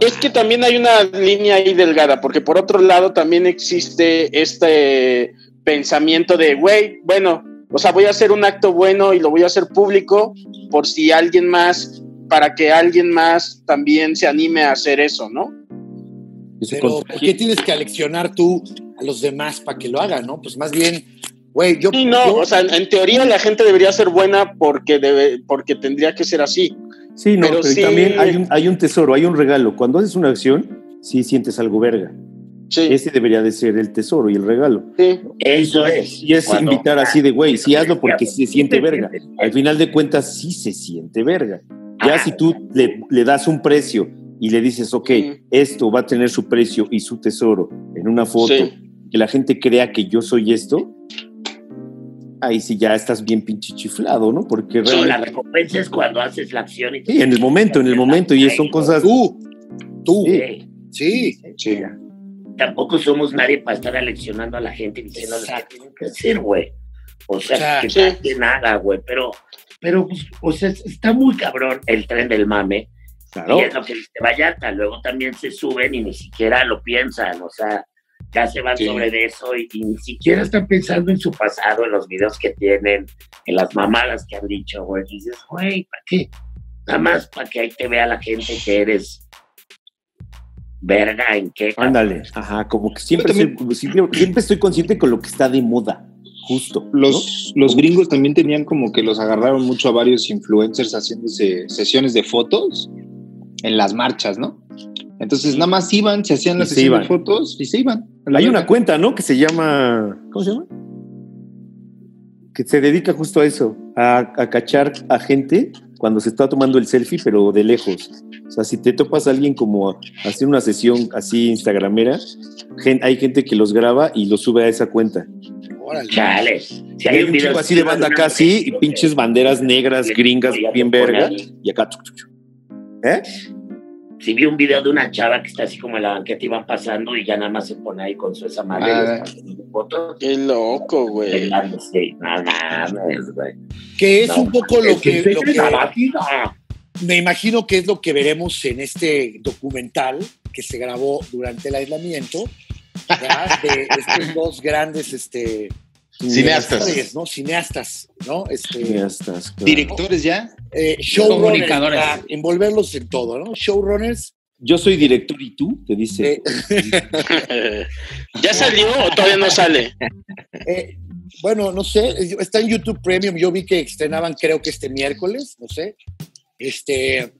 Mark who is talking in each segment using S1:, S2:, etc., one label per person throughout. S1: Es que también hay una línea ahí delgada, porque por otro lado también existe este pensamiento de, güey, bueno, o sea, voy a hacer un acto bueno y lo voy a hacer público por si alguien más, para que alguien más también se anime a hacer eso, ¿no?
S2: Pero, ¿por qué tienes que aleccionar tú a los demás para que lo hagan, no? Pues más bien, güey, yo...
S1: Sí, no,
S2: yo-
S1: o sea, en teoría la gente debería ser buena porque, debe, porque tendría que ser así.
S3: Sí, no,
S1: Pero
S3: pero,
S1: sí-
S3: también hay un, hay un tesoro, hay un regalo. Cuando haces una acción, sí sientes algo verga.
S1: Sí,
S3: Ese debería de ser el tesoro y el regalo.
S1: sí.
S4: Eso es.
S3: Y es
S4: Cuando-
S3: invitar así de, güey, sí hazlo porque
S4: Sí
S3: se siente
S4: se
S3: verga.
S4: siente.
S3: Al final de cuentas, sí se siente verga. Ya
S4: Ah,
S3: si tú le, le das un precio y le dices, ok,
S1: Sí.
S3: esto va a tener su precio y su tesoro en una foto,
S1: Sí.
S3: que la gente crea que yo soy esto, ahí sí ya estás bien pinche chiflado, ¿no? Porque
S4: No, la
S3: realmente...
S4: recompensa es cuando haces la acción. Y
S3: Sí, en el momento, en el momento, y son cosas...
S2: Tú, tú,
S3: Sí.
S4: Sí.
S2: sí.
S1: Sí.
S4: Tampoco somos nadie para estar aleccionando a la gente y diciéndoles qué tienen que hacer, güey. O sea,
S2: O sea,
S4: que
S1: sí.
S4: nadie nada, güey. Pero, pero, pues, o sea, está muy cabrón el tren del mame.
S3: Claro.
S4: Y es lo que dice Vallarta, luego también se suben y ni siquiera lo piensan, o sea, ya se van
S1: Sí.
S4: sobre de eso y, y ni siquiera están pensando en su pasado, en los videos que tienen, en las mamadas que han dicho, güey. Y dices, güey, ¿para qué? Nada más para que ahí te vea la gente que eres verga, en qué.
S3: Ándale, ajá, como que siempre,
S5: Pero
S3: soy- siempre, siempre estoy consciente con lo que está de moda, justo. ¿no?
S5: Los, los gringos también tenían como que los agarraron mucho a varios influencers haciéndose sesiones de fotos en las marchas, ¿no? Entonces nada más iban, se hacían
S3: Y
S5: las
S3: se
S5: sesiones
S3: iban.
S5: de fotos y se iban.
S3: Hay una cuenta, ¿no? Que se llama. ¿Cómo se llama? Que se dedica justo a eso, a, a cachar a gente cuando se está tomando el selfie, pero de lejos. O sea, si te topas a alguien como a- haciendo una sesión así instagramera, gen- hay gente que los graba y los sube a esa cuenta.
S2: Órale.
S4: Chales. Si
S3: Y hay un chico así de banda acá, así, y pinches banderas negras, gringas, bien verga, y acá. chuc, chuc, chuc. ¿Eh?
S4: Si vi un video de una chava que está así como en la banqueta y van pasando y ya nada más se pone ahí con su esa madre
S5: Ah,
S4: y
S5: eh.
S4: está haciendo fotos.
S1: Qué loco, güey.
S4: Bailándose. No mames, güey.
S2: Que es
S4: No,
S2: un poco lo que,
S4: se
S2: lo
S4: ve
S2: que-
S4: la batida.
S2: me imagino que es lo que veremos en este documental que se grabó durante el aislamiento, ¿verdad? de estos dos grandes este,
S5: Cineastas.
S2: ¿no? cineastas, ¿no? Este,
S3: Cineastas, claro.
S5: Directores ya.
S2: eh, showrunners,
S6: Comunicadores.
S2: para envolverlos en todo, ¿no? Showrunners,
S3: Yo soy director y tú, te dice.
S2: eh,
S1: ¿Ya salió o todavía no sale?
S2: eh, bueno, no sé, eh, está en YouTube Premium, yo vi que estrenaban creo que este miércoles, no sé, este,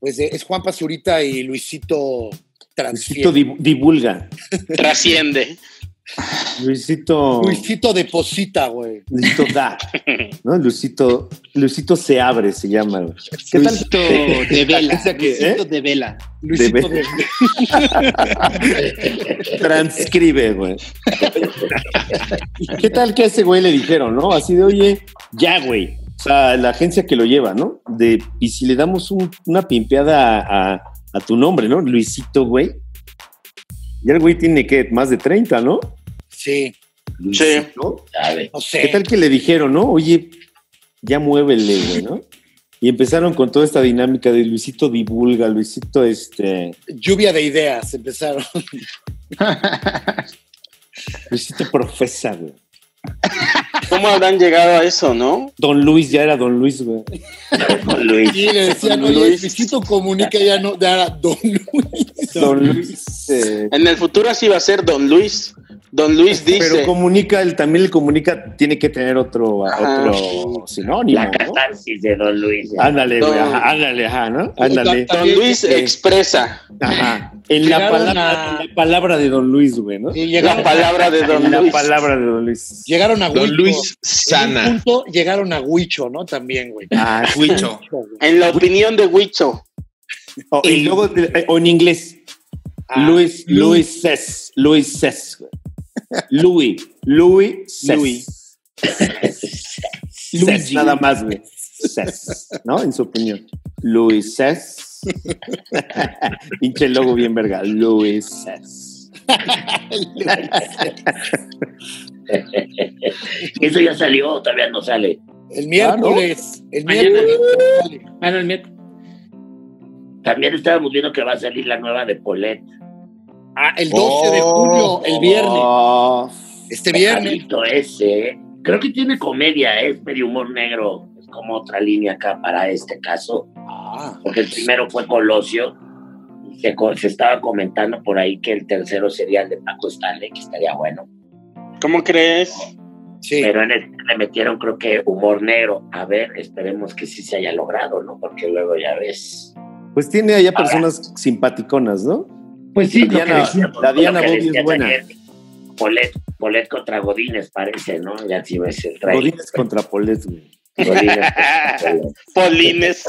S2: pues eh, es Juan Pazurita y Luisito
S3: Luisito
S2: Transfiel.
S3: div- divulga.
S1: Trasciende.
S3: Luisito.
S2: Luisito Deposita, güey.
S3: Luisito da, ¿no? Luisito, Luisito se abre, se llama. güey. ¿Qué tal?
S5: Luisito de vela.
S3: Esa que,
S5: Luisito
S3: ¿eh?
S5: de vela.
S2: Luisito
S3: De-
S2: de-
S3: Transcribe, güey. ¿Qué tal que a ese güey le dijeron, no? Así de, oye, ya, güey. O sea, la agencia que lo lleva, ¿no? De, y si le damos un- una pimpeada a, a- a tu nombre, ¿no? Luisito, güey. Ya el güey tiene que más de 30, ¿no?
S2: Sí,
S3: Luisito.
S4: ¿sabe?
S2: no sé.
S3: ¿Qué tal que le dijeron, no? Oye, ya muévele, güey, ¿no? Y empezaron con toda esta dinámica de Luisito divulga, Luisito este,
S2: Lluvia de ideas empezaron.
S3: Luisito profesa, güey.
S1: ¿Cómo habrán llegado a eso, no?
S3: Don Luis ya era Don Luis, güey.
S4: Con Luis.
S2: Y le decían,
S1: Don
S2: oye,
S1: Luis.
S2: Luisito comunica ya no, ya era Don Luis.
S3: Don Luis. eh,
S1: En el futuro así va a ser Don Luis. Don Luis
S3: pero
S1: dice.
S3: comunica, él también le comunica, tiene que tener otro,
S1: Ajá.
S3: otro sinónimo,
S4: La
S3: ¿no?
S4: catarsis de Don Luis.
S3: Ándale, güey,
S1: Don-
S3: ajá, ándale, ajá, ¿no? Ándale.
S1: Don Luis
S3: Eh,
S1: expresa
S3: Ajá. En la,
S2: Llegaron
S3: palabra,
S2: a-
S3: en la palabra de Don Luis, güey, ¿no?
S2: Y
S1: la
S2: llegaron,
S1: palabra de Don
S3: En la
S1: Luis.
S3: palabra de Don Luis.
S2: llegaron a Huicho.
S7: Don Luis
S2: En un
S7: Sana.
S2: punto llegaron a Huicho, ¿no? También, güey.
S3: Ah, sí.
S7: Huicho.
S1: En la opinión de Huicho.
S3: O, y luego, eh, o en inglés.
S2: Ah.
S3: Luis, Luis Cés. Luis Cés. güey. Louis. Louis Cés.
S1: Louis.
S3: Cés, nada más, güey. Cés, ¿no? En su opinión. Luis Cés. Pinche logo bien verga. Luis Cés.
S4: Eso ya salió, o todavía no sale.
S2: El miércoles. El
S6: Mañana.
S2: miércoles.
S6: Bueno, el miércoles.
S4: También estábamos viendo que va a salir la nueva de Polet.
S2: Ah, el 12 de
S5: Oh,
S2: junio, el viernes.
S5: oh.
S2: Este
S4: ¿eh?
S2: viernes.
S4: Pajarito ese. ¿eh? Creo que tiene comedia, ¿eh? es medio humor negro. Es como otra línea acá para este caso.
S2: Ah,
S4: Porque el primero fue Colosio. y Se, co- se estaba comentando por ahí que el tercero sería el de Paco Stanley, que estaría bueno.
S1: ¿Cómo crees?
S2: sí.
S4: Pero en este le metieron, creo que, humor negro. A ver, esperemos que sí se haya logrado, ¿no? Porque luego ya ves.
S3: Pues tiene allá personas simpaticonas, ¿no?
S4: Pues sí,
S3: La Diana- la Diana Bobby es buena.
S4: Polet, Polet contra Godínez, parece, ¿no? Ya sí ves el trailer.
S3: Godínez contra Polet, güey.
S4: Godínez contra Polet.
S1: Polines,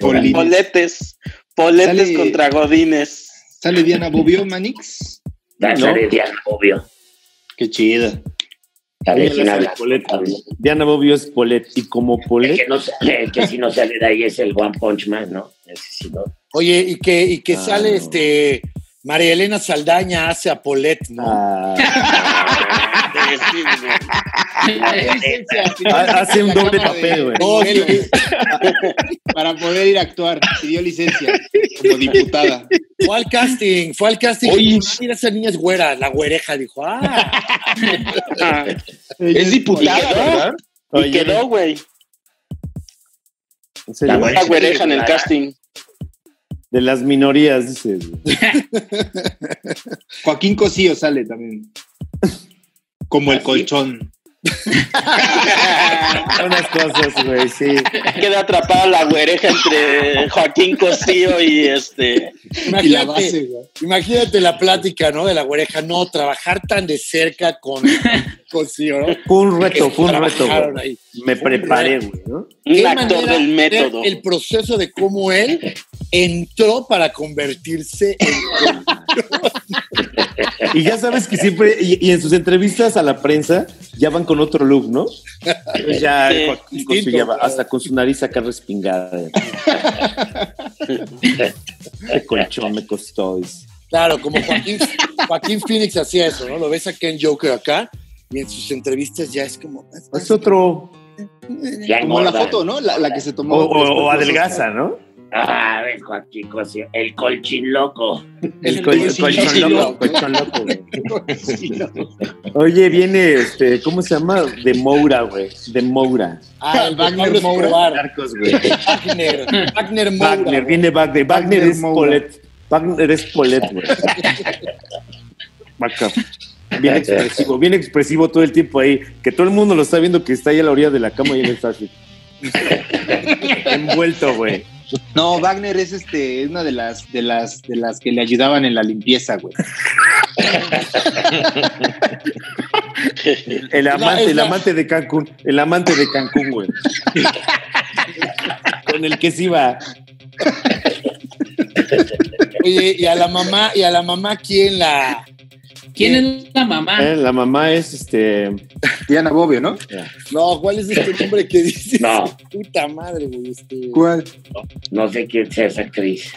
S5: Polines.
S1: poletes, poletes
S5: Sale-
S1: contra godines.
S5: Sale Diana Bobbio, Manix.
S4: La
S3: ¿No?
S4: sale Diana, obvio.
S5: Qué chida.
S4: La
S3: Ella
S4: vecina
S3: la hace
S4: blanca.
S3: Polet, güey. Diana Bobbio es Polet. Y como
S4: El
S3: Polet,
S4: que, no sale, el que si no sale de ahí es el One Punch Man, ¿no? Ese sí, ¿no?
S2: Oye, y que, y que
S3: Ah,
S2: sale
S3: no.
S2: este. María Elena Saldaña hace a Polet, ¿no?
S3: ah,
S5: Licencia,
S3: Ah, hace un
S5: La
S3: doble
S5: cámara de-
S3: papel, güey.
S2: No, sí,
S5: Morelos. Para poder ir a actuar. Pidió licencia como diputada.
S2: fue al casting, fue al casting.
S5: Oye.
S2: Ah, Mira, esa niña es güera, la güereja dijo, ah,
S5: Es diputada,
S1: Oye,
S5: ¿verdad?
S1: Ah. Y
S3: Oye,
S1: quedó, güey.
S3: ¿en serio?
S4: La buena-
S1: Una güereja en el
S4: Sí,
S1: casting.
S3: De las minorías, dices. güey.
S5: Joaquín Cosío sale también. Como el colchón.
S3: Buenas cosas, güey, sí.
S1: Queda atrapada la güereja entre Joaquín Costillo y este.
S5: Y la base,
S2: imagínate,
S5: güey.
S2: imagínate la plática, ¿no? De la güereja, no, trabajar tan de cerca con Cosío, ¿no?
S3: Fue un reto, fue un reto.
S2: Trabajaron
S3: güey.
S2: ahí.
S3: Me preparé, güey, ¿no?
S1: Un
S2: ¿Qué
S1: actor
S2: manera
S1: del
S2: de ver
S1: método.
S2: El proceso de cómo él entró para convertirse en.
S3: Y ya sabes que siempre, y, y en sus entrevistas a la prensa, ya van con otro look, ¿no? Entonces Ya,
S1: Sí,
S3: Joaquín
S2: distinto,
S3: Cosío ya va
S2: claro.
S3: hasta con su nariz acá respingada. Qué colchón me costó. dice.
S2: Claro, como Joaquín, Joaquín Phoenix hacía eso, ¿no? Lo ves acá en Joker acá y en sus entrevistas ya es como.
S3: Es otro.
S4: Ya
S5: Como la
S4: engorda.
S5: foto, ¿no? La, la que se
S3: O,
S5: tomó.
S3: pues, o- o adelgaza, ¿no?
S4: Ah, a ver, Joaquín Cosío, el colchín loco.
S3: El, col- el
S5: Sí,
S3: colchón
S5: sí,
S3: loco.
S5: loco.
S3: colchón loco, güey. Oye, viene este, ¿cómo se llama? De Moura, güey. De Moura.
S2: Ah, el Wagner Moura.
S3: Marcos, güey.
S2: Wagner, Wagner Moura.
S3: Wagner, viene Wagner. Wagner
S5: Wagner
S3: es
S5: Moura.
S3: Polet. Wagner es Polet, güey. Maca. Bien expresivo, bien expresivo todo el tiempo ahí. Que todo el mundo lo está viendo que está ahí a la orilla de la cama y él está así. Envuelto, güey.
S5: No, Wagner es este, es una de las, de las, de las que le ayudaban en la limpieza, güey.
S3: El amante,
S2: es
S3: el
S2: la-
S3: amante de Cancún. El amante de Cancún, güey. Con el que se iba.
S2: Oye, y a la mamá, y a la mamá, ¿quién la.
S6: ¿Quién es la mamá?
S3: Eh, La mamá es este.
S5: Diana Bobbio, ¿no?
S2: No, ¿cuál es este nombre que dices?
S4: No.
S2: Puta madre, güey. Este...
S5: ¿Cuál?
S4: No sé quién sea esa actriz.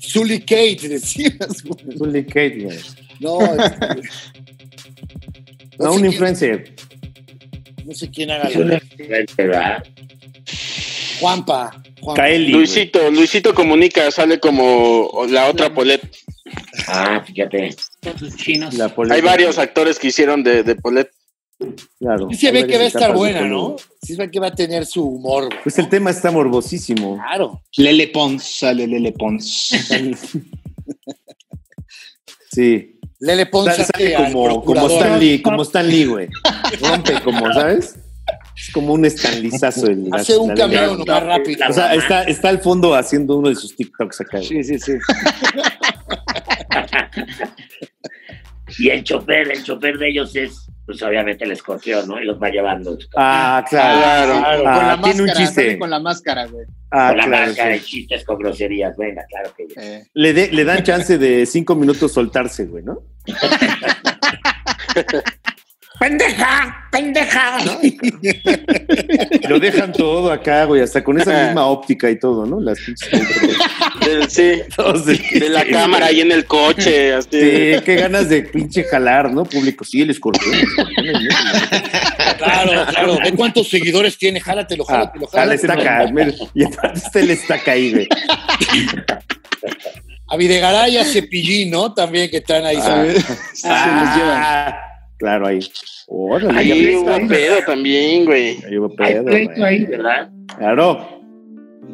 S2: Sully Kate, decías, güey.
S3: Julie Kate, güey.
S2: No, este,
S3: No,
S2: sé
S3: un
S2: quién-
S3: influencer.
S2: no sé quién haga
S4: Es una
S2: la.
S4: influencer, ¿verdad?
S2: Juanpa. Juanpa.
S3: Kaeli. güey.
S1: Luisito, Luisito comunica, sale como la otra Polet.
S4: Ah, fíjate.
S6: Con sus chinos.
S3: La Polet.
S1: Hay varios actores que hicieron de, de Polet.
S3: Claro.
S2: Sí se ve que va a estar
S3: Varias
S2: buena,
S3: etapas de
S2: ¿no?
S3: Polet.
S2: Sí se ve que va a tener su humor, güey.
S3: Pues el tema está morbosísimo.
S2: Claro.
S5: Lele Pons, sale Lele Pons.
S3: Sí.
S2: Lele Pons
S3: Sale, sale
S2: hace al
S3: como, como
S2: procurador.
S3: Stan Lee, como Stan Lee, güey. Rompe como, ¿sabes? Es como un Stanlizazo. el-
S2: Hace un
S3: la-
S2: cameo
S4: no.
S2: nomás rápido.
S3: O sea, está, está al fondo haciendo uno de sus TikToks acá. güey.
S2: sí, sí.
S4: Y el chofer, el chofer de ellos es, pues obviamente el escorpión, ¿no? Y los va llevando.
S3: Ah, claro.
S1: Claro.
S5: Claro,
S3: Ah,
S5: con la
S3: tiene un
S5: máscara,
S3: chiste.
S5: sale con la máscara, güey.
S3: Ah,
S4: con la
S3: claro,
S4: marca de
S3: sí.
S4: chistes con groserías. Venga, claro que
S5: Eh,
S3: Le, de- le dan chance de cinco minutos soltarse, güey, ¿no?
S6: ¡Pendeja! ¡Pendeja!
S3: Lo dejan todo acá, güey, hasta con esa misma óptica y todo, ¿no? Las pinches
S1: Ah, Del- sí,
S3: todos
S1: de la cámara ahí en el coche. Así.
S3: Sí, qué ganas de pinche jalar, ¿no? Público, sí, el escorpión. el escorpión, el escorpión.
S2: Claro, claro. Ve cuántos seguidores tiene. Jálatelo,
S3: Ah,
S2: jálatelo,
S3: a la
S2: jálatelo.
S3: estaca. mira, Y aparte está el estaca ahí, güey.
S2: A Videgaray, a Cepillín, ¿no? También que están ahí.
S3: Ah,
S1: Se los llevan.
S3: Ah, Claro, ahí. Órale, ya
S1: Ahí
S3: ves,
S1: hubo
S3: ahí.
S1: pedo también, güey.
S3: Ahí hubo
S4: Hay
S3: pedo,
S4: pleito
S3: güey.
S4: ahí, ¿verdad?
S3: Claro.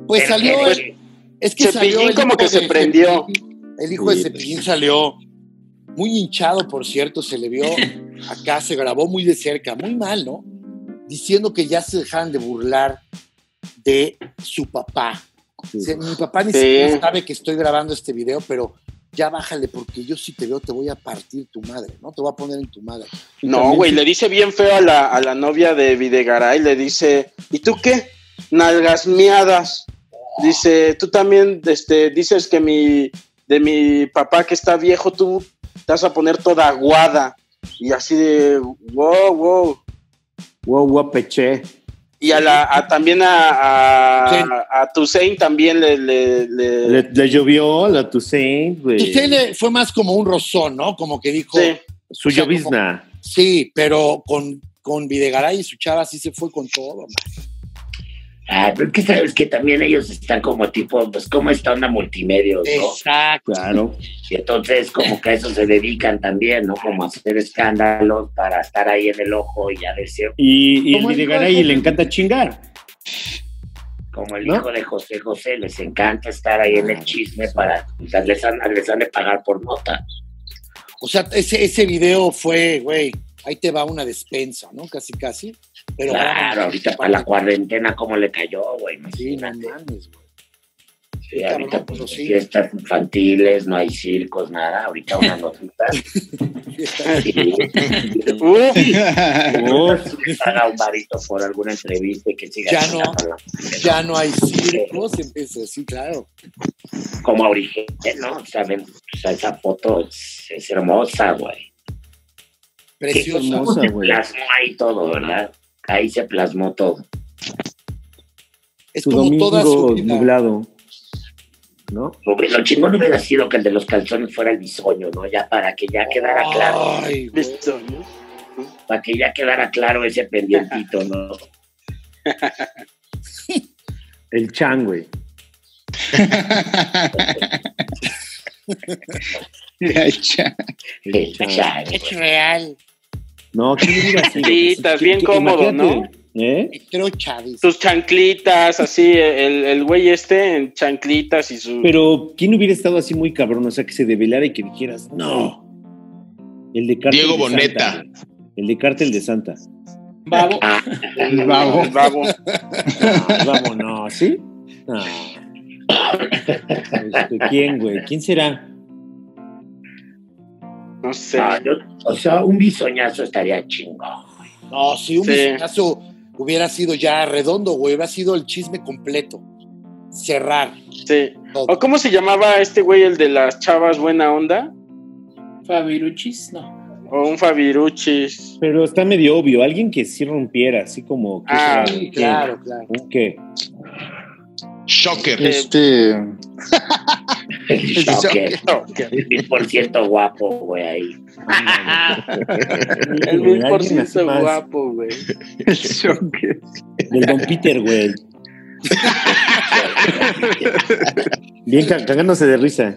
S2: Pues
S4: Pero
S2: salió.
S4: que-
S2: el- es que
S1: Cepillín
S2: salió el
S1: como
S2: hijo
S1: que se
S2: de
S1: prendió.
S2: Cepillín. El hijo de
S3: Sí.
S2: Cepillín salió muy hinchado, por cierto. Se le vio acá, se grabó muy de cerca, muy mal, ¿no? Diciendo que ya se dejaban de burlar de su papá.
S3: Sí.
S2: Se- mi papá ni
S1: Sí.
S2: siquiera sabe que estoy grabando este video, pero ya bájale, porque yo si te veo te voy a partir tu madre, ¿no? Te voy a poner en tu madre.
S1: No, güey, le dice bien feo a la, a la novia de Videgaray, le dice, ¿y tú qué? Nalgas miadas. Dice, tú también este, dices que mi, de mi papá que está viejo, tú te vas a poner toda aguada. Y así de, wow, wow.
S3: Wow, guapeche.
S1: Y a la, a- también a, a,
S2: Toussaint.
S1: a Toussaint también le, le- le-
S3: Le, le llovió la Toussaint, güey.
S2: Usted le- fue más como un rozón, ¿no? Como que dijo,
S1: sí.
S3: Su llovizna.
S2: sí, pero con, con Videgaray y su chava sí se fue con todo. man.
S4: Ah, pero es que sabes que también ellos están como tipo, pues, ¿cómo está una multimedia, no?
S2: Exacto.
S3: Claro.
S4: Y entonces, como que a eso se dedican también, ¿no? Como a hacer escándalos para estar ahí en el ojo y a decir,
S3: Y, y el
S5: ¿Cómo es?
S3: Videgaray le encanta chingar.
S4: como el
S3: ¿No?
S4: hijo de José José, les encanta estar ahí
S2: Ah,
S4: en el chisme para, o sea, les han, les han de pagar por nota.
S2: O sea, ese, ese video fue, güey, ahí te va una despensa, ¿no? Casi, casi. Pero
S4: Claro,
S2: bueno, pues,
S4: ahorita para la cuarentena, ¿cómo le cayó, güey?
S2: Sí, no
S4: Imagínate.
S2: mames, güey.
S4: Sí, ahorita
S2: cabrón,
S4: pues,
S2: pues, sí.
S4: fiestas infantiles, no hay circos, nada. Ahorita una notita. Sí.
S1: Uf,
S3: Uf,
S4: Paga un barito por alguna entrevista y que siga.
S2: Ya no.
S4: chingándola.
S2: Ya no hay circos, empieza, sí, claro.
S4: Como origen, ¿no? Saben, o sea, esa foto es, es hermosa, güey.
S2: Precioso.
S3: hermoso. Hermosa,
S4: Se
S3: güey.
S4: Plasmó ahí todo, ¿verdad? Ahí se plasmó todo.
S2: Es
S3: su
S2: como toda su
S3: domingo
S2: vida.
S3: nublado. ¿No?
S4: Hombre, Lo chingón hubiera sido que el de los calzones fuera el bisoño, ¿no? Ya para que ya quedara Ah, claro,
S2: Ay, güey.
S1: listo, ¿no?
S4: para que ya quedara claro ese pendientito, ¿no?
S3: El chan, güey. El chan.
S4: Ya, güey.
S2: Es real.
S3: No, ¿quién hubiera sido?
S1: Chanclitas, bien
S3: ¿Qué- qué-
S1: cómodo,
S3: imagínate, ¿Eh?
S2: Creo Chávez.
S1: Tus chanclitas, así, el, el güey este en chanclitas y su...
S3: Pero, ¿quién hubiera estado así muy cabrón? O sea, que se develara y que dijeras, no. El de Cártel
S7: Diego
S3: de
S7: Boneta.
S3: Santa, güey. el de Cártel de Santa.
S6: Babo.
S4: Ah,
S5: El babo.
S1: El babo.
S3: No, vámonos, ¿sí? No. Este, ¿Quién, güey? ¿Quién será?
S1: No sé.
S3: Ah.
S4: no, Ah, yo- o sea, un bisoñazo estaría chingón.
S2: No, si un
S1: Sí.
S2: caso hubiera sido ya redondo, güey, hubiera sido el chisme completo. Cerrar.
S1: Sí.
S2: todo.
S1: ¿O cómo se llamaba este güey, el de las chavas buena onda?
S6: Fabiruchis, no.
S1: O un Fabiruchis.
S3: Pero está medio obvio, alguien que sí rompiera, así como. ¿qué
S1: Ah,
S3: será?
S2: Sí,
S3: ¿Quién?
S2: claro, claro.
S3: ¿Un qué?
S7: Shocker.
S5: Este.
S4: El Shocker,
S1: No,
S4: el mil por ciento guapo, güey, ahí.
S1: el
S3: Güey,
S1: mil por
S3: alguien así
S1: ciento
S3: más.
S1: guapo, güey.
S5: El Shocker.
S3: Del Don Peter, güey. Bien ca- cagándose de risa.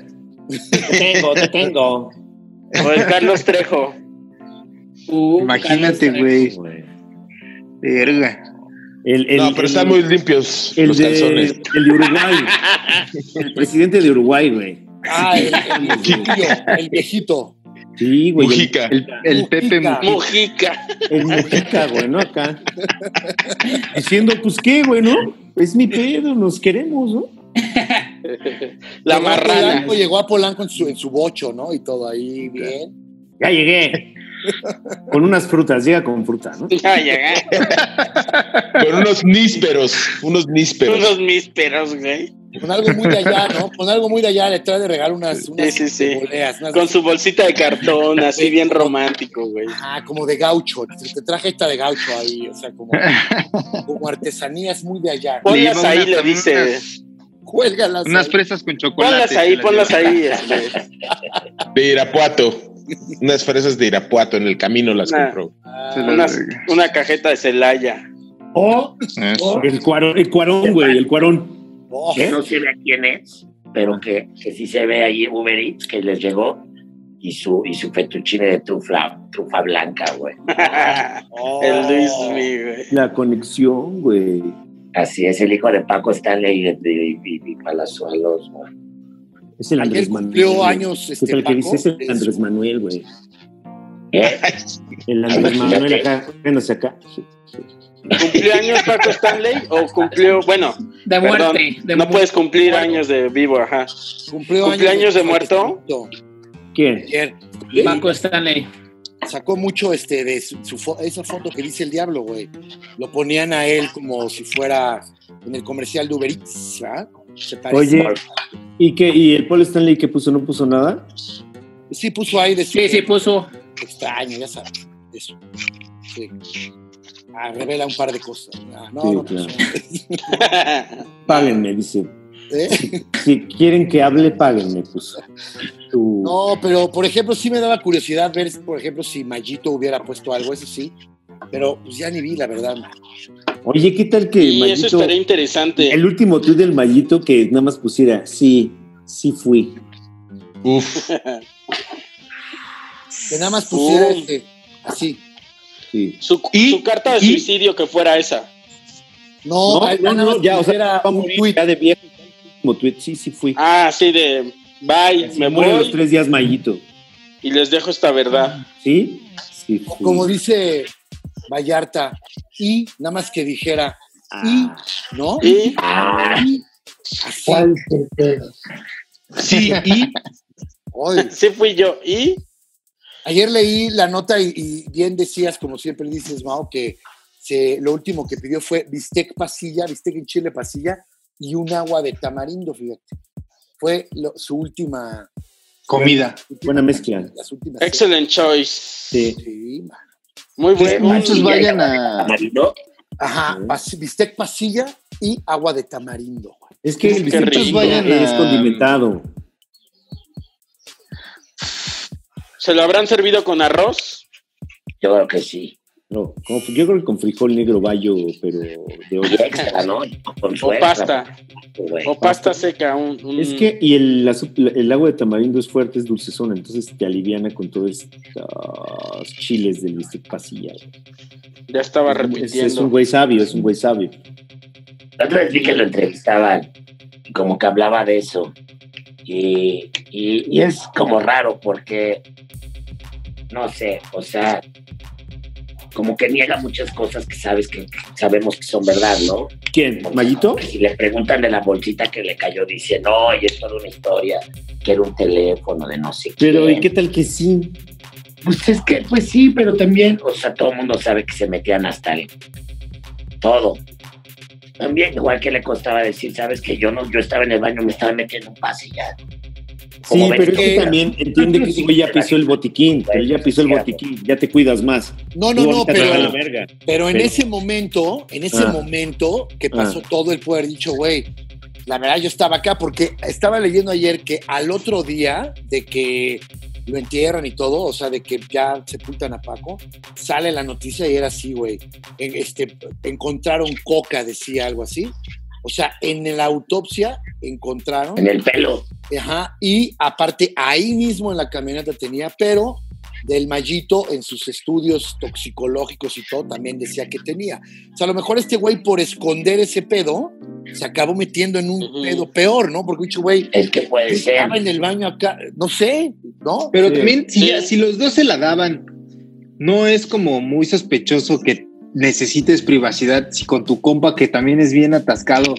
S3: Te tengo, te tengo.
S1: O el Carlos Trejo.
S6: Uh,
S5: Imagínate,
S6: Carlos
S5: güey. Verga.
S3: El, el-
S7: no, pero
S3: el-
S7: están muy limpios
S3: el
S7: los
S3: de,
S7: calzones.
S3: el de Uruguay. El presidente de Uruguay, güey.
S2: Ah, el, el viejillo, el viejito.
S3: Sí, güey. el-
S7: Mujica.
S5: El, el Pepe
S2: Mujica.
S5: Mujica.
S1: Mujica.
S3: El Mujica, güey, ¿no? Acá. Diciendo, pues qué, güey, ¿no? Es mi pedo, nos queremos, ¿no?
S1: La
S2: Llegó a
S1: marrana.
S2: Polanco, llegó a Polanco en su, en su bocho, ¿no? Y todo ahí bien.
S3: Ya llegué. Con unas frutas, llega con fruta, ¿no?
S1: Ay, ay, ay.
S7: Con unos nísperos. Unos nísperos.
S1: Unos mísperos, güey.
S2: Con algo muy de allá, ¿no? Con algo muy de allá le trae de regalo unas, unas
S1: sí, sí.
S2: boleas, unas-
S1: Con su bolsita de cartón, así bien romántico, güey.
S2: Ah, como de gaucho. Te traje esta de gaucho ahí, o sea, como, como artesanías muy de allá.
S1: Ponlas
S5: Le lleva
S1: ahí,
S5: unas-
S1: le dice.
S5: unas-
S2: Cuélgalas.
S5: Unas
S2: ahí.
S5: fresas con chocolate.
S1: Ponlas ahí, ponlas ahí. este.
S7: De Irapuato. Unas fresas de Irapuato en el camino las
S1: Nah.
S7: compró.
S2: Ah,
S1: Una, una cajeta de Celaya.
S4: O,
S5: Eso.
S4: o
S3: El cuarón, el cuarón, güey, el cuarón.
S2: Oh,
S4: que no se vea quién es, pero que, que sí se ve ahí Uber Eats, que les llegó, y su, y su fettuccine de trufa, trufa blanca, güey.
S2: oh.
S1: El Luis mi, güey.
S3: La conexión, güey.
S4: Así es, el hijo de Paco Stanley y de, de- de- de Palazuelos, güey.
S3: Es el
S2: Ayer
S3: Andrés Manuel.
S2: cumplió
S3: güey.
S2: años
S3: Es el
S2: este
S3: que
S2: Paco.
S3: dice, es el
S2: de
S3: Andrés
S2: su-
S3: Manuel, güey.
S4: ¿Eh?
S3: El
S4: Ay,
S3: Andrés Manuel
S4: fíjate.
S3: acá, riéndose acá.
S1: ¿Cumplió años Paco Stanley o cumplió, bueno,
S6: De
S1: Perdón,
S6: muerte. de
S1: no
S6: mu-
S1: puedes cumplir
S2: Muerto.
S1: años de vivo, ajá.
S2: Cumplió
S1: ¿Cumpleaños de muerto?
S3: ¿Quién?
S2: Ayer.
S6: Paco Stanley.
S2: Sacó mucho este de su, su fo- esa foto que dice el diablo, güey. Lo ponían a él como si fuera en el comercial de Uber Eats, ¿verdad? Se parece.
S3: Oye, ¿y qué? ¿Y el Paul Stanley que puso? ¿No puso nada?
S2: Sí puso ahí de su
S6: Sí, sí, puso.
S2: extraño, ya sabes. Eso. Sí. Ah, revela un par de cosas. Ah, no,
S3: Sí,
S2: no,
S3: claro.
S2: pues,
S3: Páguenme, dice.
S2: ¿eh?
S3: Si quieren que hable, páguenme, puso. Tú-
S2: No, pero por ejemplo, sí me daba curiosidad ver, por ejemplo, si Mayito hubiera puesto algo, eso sí. Pero pues ya ni vi, la verdad.
S3: Oye, ¿qué tal que
S1: Y eso
S3: Mayito-
S1: estaría interesante.
S3: el último tuit del Mallito que nada más pusiera, sí, sí fui.
S7: Uf,
S2: Que nada más pusiera
S1: Uy.
S2: este, así.
S3: Sí.
S1: Su,
S7: Y-
S1: su carta de
S7: y-
S1: suicidio que fuera esa.
S2: No,
S3: No,
S2: ahí
S3: no,
S2: nada
S3: no,
S2: más
S3: ya, o sea,
S2: pusiera
S3: va a
S2: Ah, un
S3: morir
S2: tuit.
S3: ya de viejo. El último tuit, sí, sí fui.
S1: Ah, sí, de bye,
S3: Se
S1: me
S3: muere a los
S1: voy
S3: tres días Mallito.
S1: y les dejo esta verdad.
S3: ¿Sí? Sí fui.
S2: como dice Vallarta, y nada más que dijera, y,
S3: Ah.
S2: ¿no?
S1: Y
S4: Ah,
S2: Y, así.
S7: sí, y
S2: Ay.
S1: sí fui yo. Y
S2: Ayer leí la nota y, y bien decías, como siempre dices, Mao, que se- lo último que pidió fue bistec pasilla, bistec en chile pasilla y un agua de tamarindo, fíjate. Fue lo- su última,
S5: Comida.
S3: Buena mezcla.
S2: las últimas.
S1: excellent choice.
S3: Sí.
S2: Sí, man.
S1: Muy
S4: Qué
S1: bueno.
S4: macho.
S5: Muchos
S4: ya,
S5: vayan
S4: ya.
S5: a.
S4: Marino,
S2: Ajá,
S3: Sí.
S2: pas- bistec pasilla y agua de tamarindo. güey.
S3: Es que el
S1: Qué rico.
S3: bistec vayan es
S5: a-
S3: condimentado.
S1: ¿Se lo habrán servido con arroz?
S4: yo creo que sí.
S3: No, con- yo creo que con frijol negro bayo, pero de
S4: Y
S3: olla.
S4: extra, ¿no? Con su
S1: O
S4: extra,
S1: pasta.
S4: güey.
S1: O pasta seca. un- un-
S3: Es que, y el, azu- el agua de tamarindo es fuerte, es dulcezona, entonces te aliviana con todos estos chiles del bistec pasilla.
S1: Ya estaba
S3: Es, es un
S1: repitiendo.
S3: güey sabio, es un güey sabio.
S4: La otra vez vi que lo entrevistaban y como que hablaba de eso. Y, y- y es como raro porque, no sé, o sea, como que niega muchas cosas que sabes que que sabemos que son verdad, ¿no?
S3: ¿Quién? ¿Mayito?
S4: Si le preguntan de la bolsita que le cayó, dice, no, y esto era una historia, que era un teléfono de no sé qué.
S3: Pero, ¿y qué tal que sí?
S4: Pues es que, pues sí, pero también, o sea, todo el mundo sabe que se metían hasta el todo. También, igual que le costaba decir, sabes que yo no, yo estaba en el baño, me estaba metiendo un pase y ya.
S3: Sí,
S4: Como ven,
S3: pero es que
S4: eh,
S3: también entiende que ese güey ya pisó el botiquín, pero ya pisó el botiquín, ya te cuidas más.
S2: No, no,
S3: Tú
S2: no,
S3: ahorita te va a la
S2: pero,
S3: verga.
S2: pero en
S3: pero-
S2: ese momento, en ese
S3: Ah.
S2: momento que
S3: Ah.
S2: pasó todo, el poder dicho, güey, la verdad yo estaba acá porque estaba leyendo ayer que al otro día de que lo entierran y todo, o sea, de que ya sepultan a Paco, sale la noticia y era así, güey. En- Este, encontraron coca, decía algo así. O sea, en la autopsia encontraron
S4: En el pelo.
S2: Ajá, y aparte ahí mismo en la camioneta tenía, pero del Mallito en sus estudios toxicológicos y todo también decía que tenía. O sea, a lo mejor este güey por esconder ese pedo se acabó metiendo en un
S1: Ujú.
S2: pedo peor, ¿no? Porque dicho, güey,
S4: Es que puede ser.
S2: estaba en el baño acá, no sé, ¿no?
S5: Pero
S3: Sí.
S5: también, si,
S1: Sí.
S5: ya- si los dos se la daban, no es como muy sospechoso que necesites privacidad si con tu compa que también es bien atascado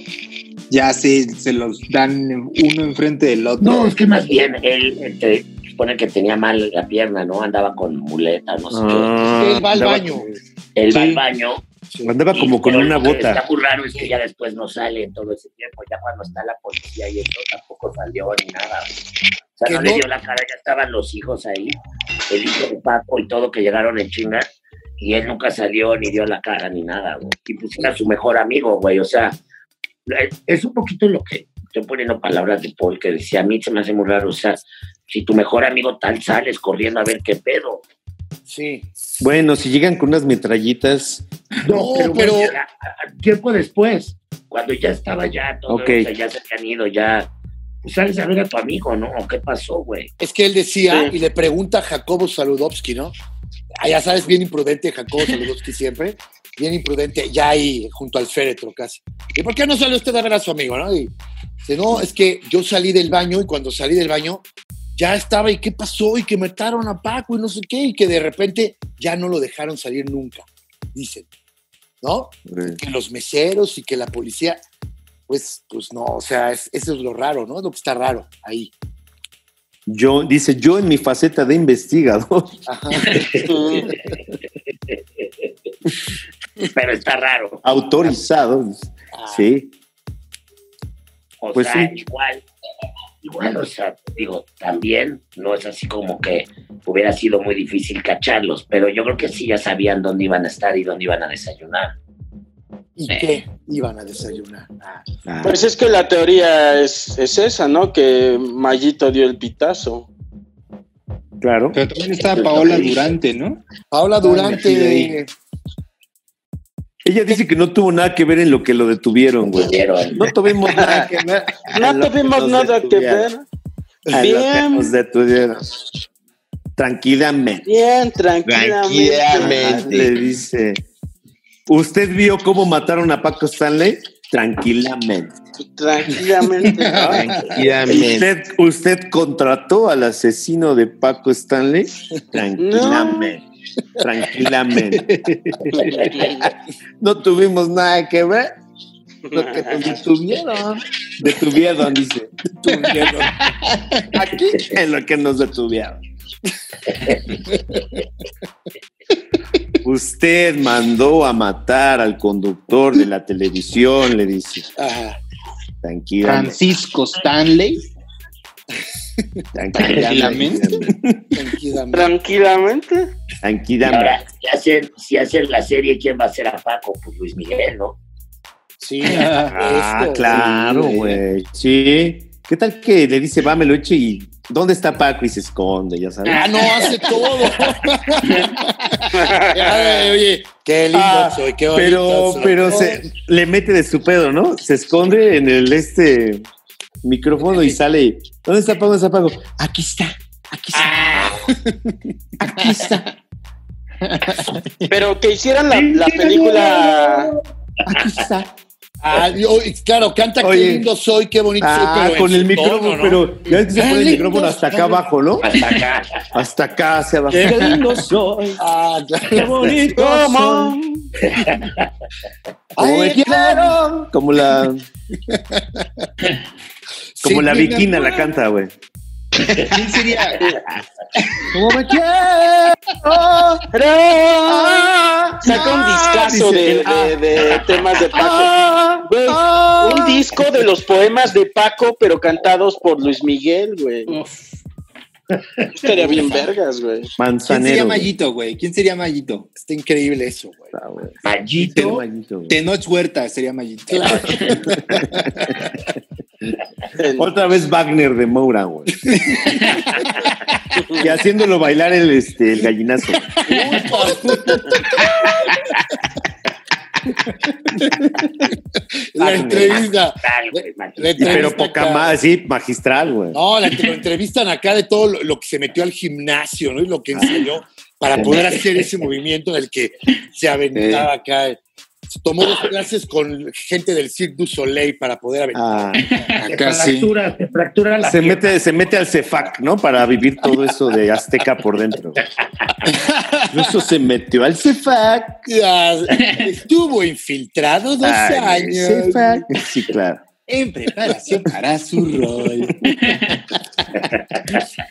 S5: ya se, se los dan uno enfrente del otro.
S4: No, es que más bien él eh, te supone que tenía mal la pierna, ¿no? Andaba con muleta, no sé Ah.
S2: Él va al
S3: andaba-
S2: baño.
S4: qué. Él va
S3: Ah, Sí.
S4: al baño.
S3: Andaba
S4: y-
S3: como con
S4: pero
S3: una
S4: lo que
S3: bota.
S4: Está muy raro es que ya después no sale en todo ese tiempo. Ya cuando está la policía y eso tampoco salió ni nada. O sea,
S2: Que
S4: no, le
S2: no-
S4: dio la cara, ya estaban los hijos ahí, el hijo de Paco y todo que llegaron en chinga. Y él nunca salió ni dio la cara ni nada, güey. Y pues era su mejor amigo, güey. O sea, es- es un poquito lo que estoy poniendo palabras de Paul que decía, a mí se me hace muy raro. O sea, si tu mejor amigo tal sales corriendo a ver qué pedo.
S2: Sí.
S3: Bueno, si llegan con unas metrallitas,
S2: No, pero-
S4: güey, a- a- tiempo después, cuando ya estaba ya todo,
S3: Ok.
S4: o sea, ya se habían ido, ya. Pues sales a ver a tu amigo, ¿no? ¿Qué pasó, güey?
S2: Es que él decía
S1: Sí.
S2: y le pregunta a Jacobo Saludowski, ¿no? Ah, Ya sabes, bien imprudente Jacobo Saludowski siempre, bien imprudente, ya ahí junto al féretro casi. ¿Y por qué no salió usted a ver a su amigo, no? Y dice, no, es que yo salí del baño y cuando salí del baño ya estaba y qué pasó y que mataron a Paco y no sé qué y que de repente ya no lo dejaron salir nunca, dicen, ¿no?
S3: eh,
S2: que los meseros y que la policía, pues, pues no, o sea, es- eso es lo raro, ¿no? Lo que está raro ahí.
S3: yo, dice yo en mi faceta de investigador,
S2: Ajá.
S4: Pero está raro.
S3: autorizado,
S4: Ah.
S3: sí,
S4: O
S3: Pues
S4: sea,
S3: sí.
S4: igual, igual, o sea, digo, también no es así como que hubiera sido muy difícil cacharlos, pero yo creo que sí ya sabían dónde iban a estar y dónde iban a desayunar.
S2: ¿Y
S4: Sí.
S2: qué iban a desayunar?
S3: Ah,
S1: Pues es que la teoría es, es esa, ¿no? Que Mayito dio el pitazo.
S3: claro.
S5: Pero también estaba Paola Durante, ¿no?
S2: Paola
S5: metida ahí.
S2: Durante,
S3: Ella dice que no tuvo nada que ver en lo que lo detuvieron, güey.
S4: Pero, eh,
S3: No tuvimos nada que ver. en lo
S1: No
S3: que
S1: tuvimos
S3: nos
S1: nada que
S3: detuvieron.
S1: ver.
S3: A lo que
S1: Bien.
S3: nos detuvieron. Tranquilamente.
S1: Bien, tranquilamente.
S3: Le
S7: Tranquilamente.
S3: dice. ¿Usted vio cómo mataron a Paco Stanley? Tranquilamente.
S1: Tranquilamente. ¿no?
S7: Tranquilamente.
S3: ¿Usted, usted contrató al asesino de Paco Stanley? Tranquilamente. Tranquilamente. No tuvimos nada que ver. Lo que nos detuvieron. Detuvieron, dice. Detuvieron. Aquí en lo que nos detuvieron. Usted mandó a matar al conductor de la televisión, le dice.
S2: ajá,
S3: Tranquilamente.
S5: Francisco Stanley.
S3: Tranquilamente.
S2: tranquilamente.
S1: Tranquilamente.
S4: y
S3: Tranquilamente.
S4: ahora, si hacen, si hacen la serie, ¿quién va a ser a Paco? Pues Luis Miguel, ¿no?
S2: Sí,
S3: Ah,
S2: esto,
S3: claro,
S2: sí.
S3: güey. Sí. ¿Qué tal que le dice, va, me lo eche y dónde está Paco? Y se esconde, ya sabes.
S2: Ah, no, hace todo. Ay, eh, oye, qué lindo
S3: Ah,
S2: soy, qué bonito
S3: Pero,
S2: soy.
S3: pero se, le mete de su pedo, ¿no? Se esconde en el este micrófono y sale. y, ¿Dónde está Paco? ¿Dónde está Paco? Aquí está, aquí está, aquí está,
S1: Pero que hicieran la, la película.
S3: aquí está.
S2: Ah, y- oye, claro, canta
S3: Oye.
S2: qué lindo soy, qué bonito soy.
S3: Ah,
S2: pero en
S3: con
S2: su
S3: el
S2: tono,
S3: micrófono,
S2: ¿no?
S3: pero ya ves que se pone el
S2: Dale,
S3: micrófono hasta acá
S2: dale.
S3: abajo, ¿no?
S4: Hasta acá.
S3: Hasta acá hacia abajo.
S2: Qué
S3: lindo soy,
S2: Ah, claro.
S3: bonito
S1: ¿Cómo?
S3: Como,
S2: Ay,
S3: el- como la, como
S5: Sí,
S3: la
S5: me
S3: viquina la
S5: enamora.
S3: canta, güey.
S5: ¿Quién sería?
S3: Como me quiero.
S5: Ah,
S1: Saca un
S3: Ah,
S1: discazo de, de- de temas de Paco. Güey, un disco de los poemas de Paco, pero cantados por Luis Miguel, güey.
S3: Mm.
S6: Uf.
S1: Estaría bien vergas, güey.
S5: ¿Quién sería
S3: Manzanero. güey.
S5: Mallito, güey? ¿Quién sería Mallito?
S2: Está increíble eso, güey.
S3: Ah, güey. Ser
S4: Mallito.
S3: Mallito, güey.
S5: Tenoch Huerta sería Mallito.
S3: Otra vez Wagner de Moura, güey. y haciéndolo bailar el, este, el gallinazo.
S2: La
S3: Wagner.
S2: entrevista.
S4: Tal, güey, Mallito.
S2: La
S3: Y
S2: entrevista
S3: pero poca
S2: acá.
S3: más, sí, magistral, güey.
S2: No, la que lo entrevistan acá de todo lo, lo que se metió al gimnasio, ¿no? Y lo que ensayó para poder hacer ese movimiento en el que se aventaba acá. eh, Se tomó dos clases con gente del Cirque du Soleil para poder
S3: Ah,
S2: aventar.
S5: Acá sí.
S4: Fractura, se fractura la
S3: se,
S4: pierna.
S3: mete, se mete al CEFAC, ¿no? Para vivir todo eso de Azteca por dentro. Incluso se metió al CEFAC.
S2: Ah, Estuvo infiltrado dos
S3: Ay,
S2: años
S3: CEFAC. Sí, claro.
S2: en preparación para su rol.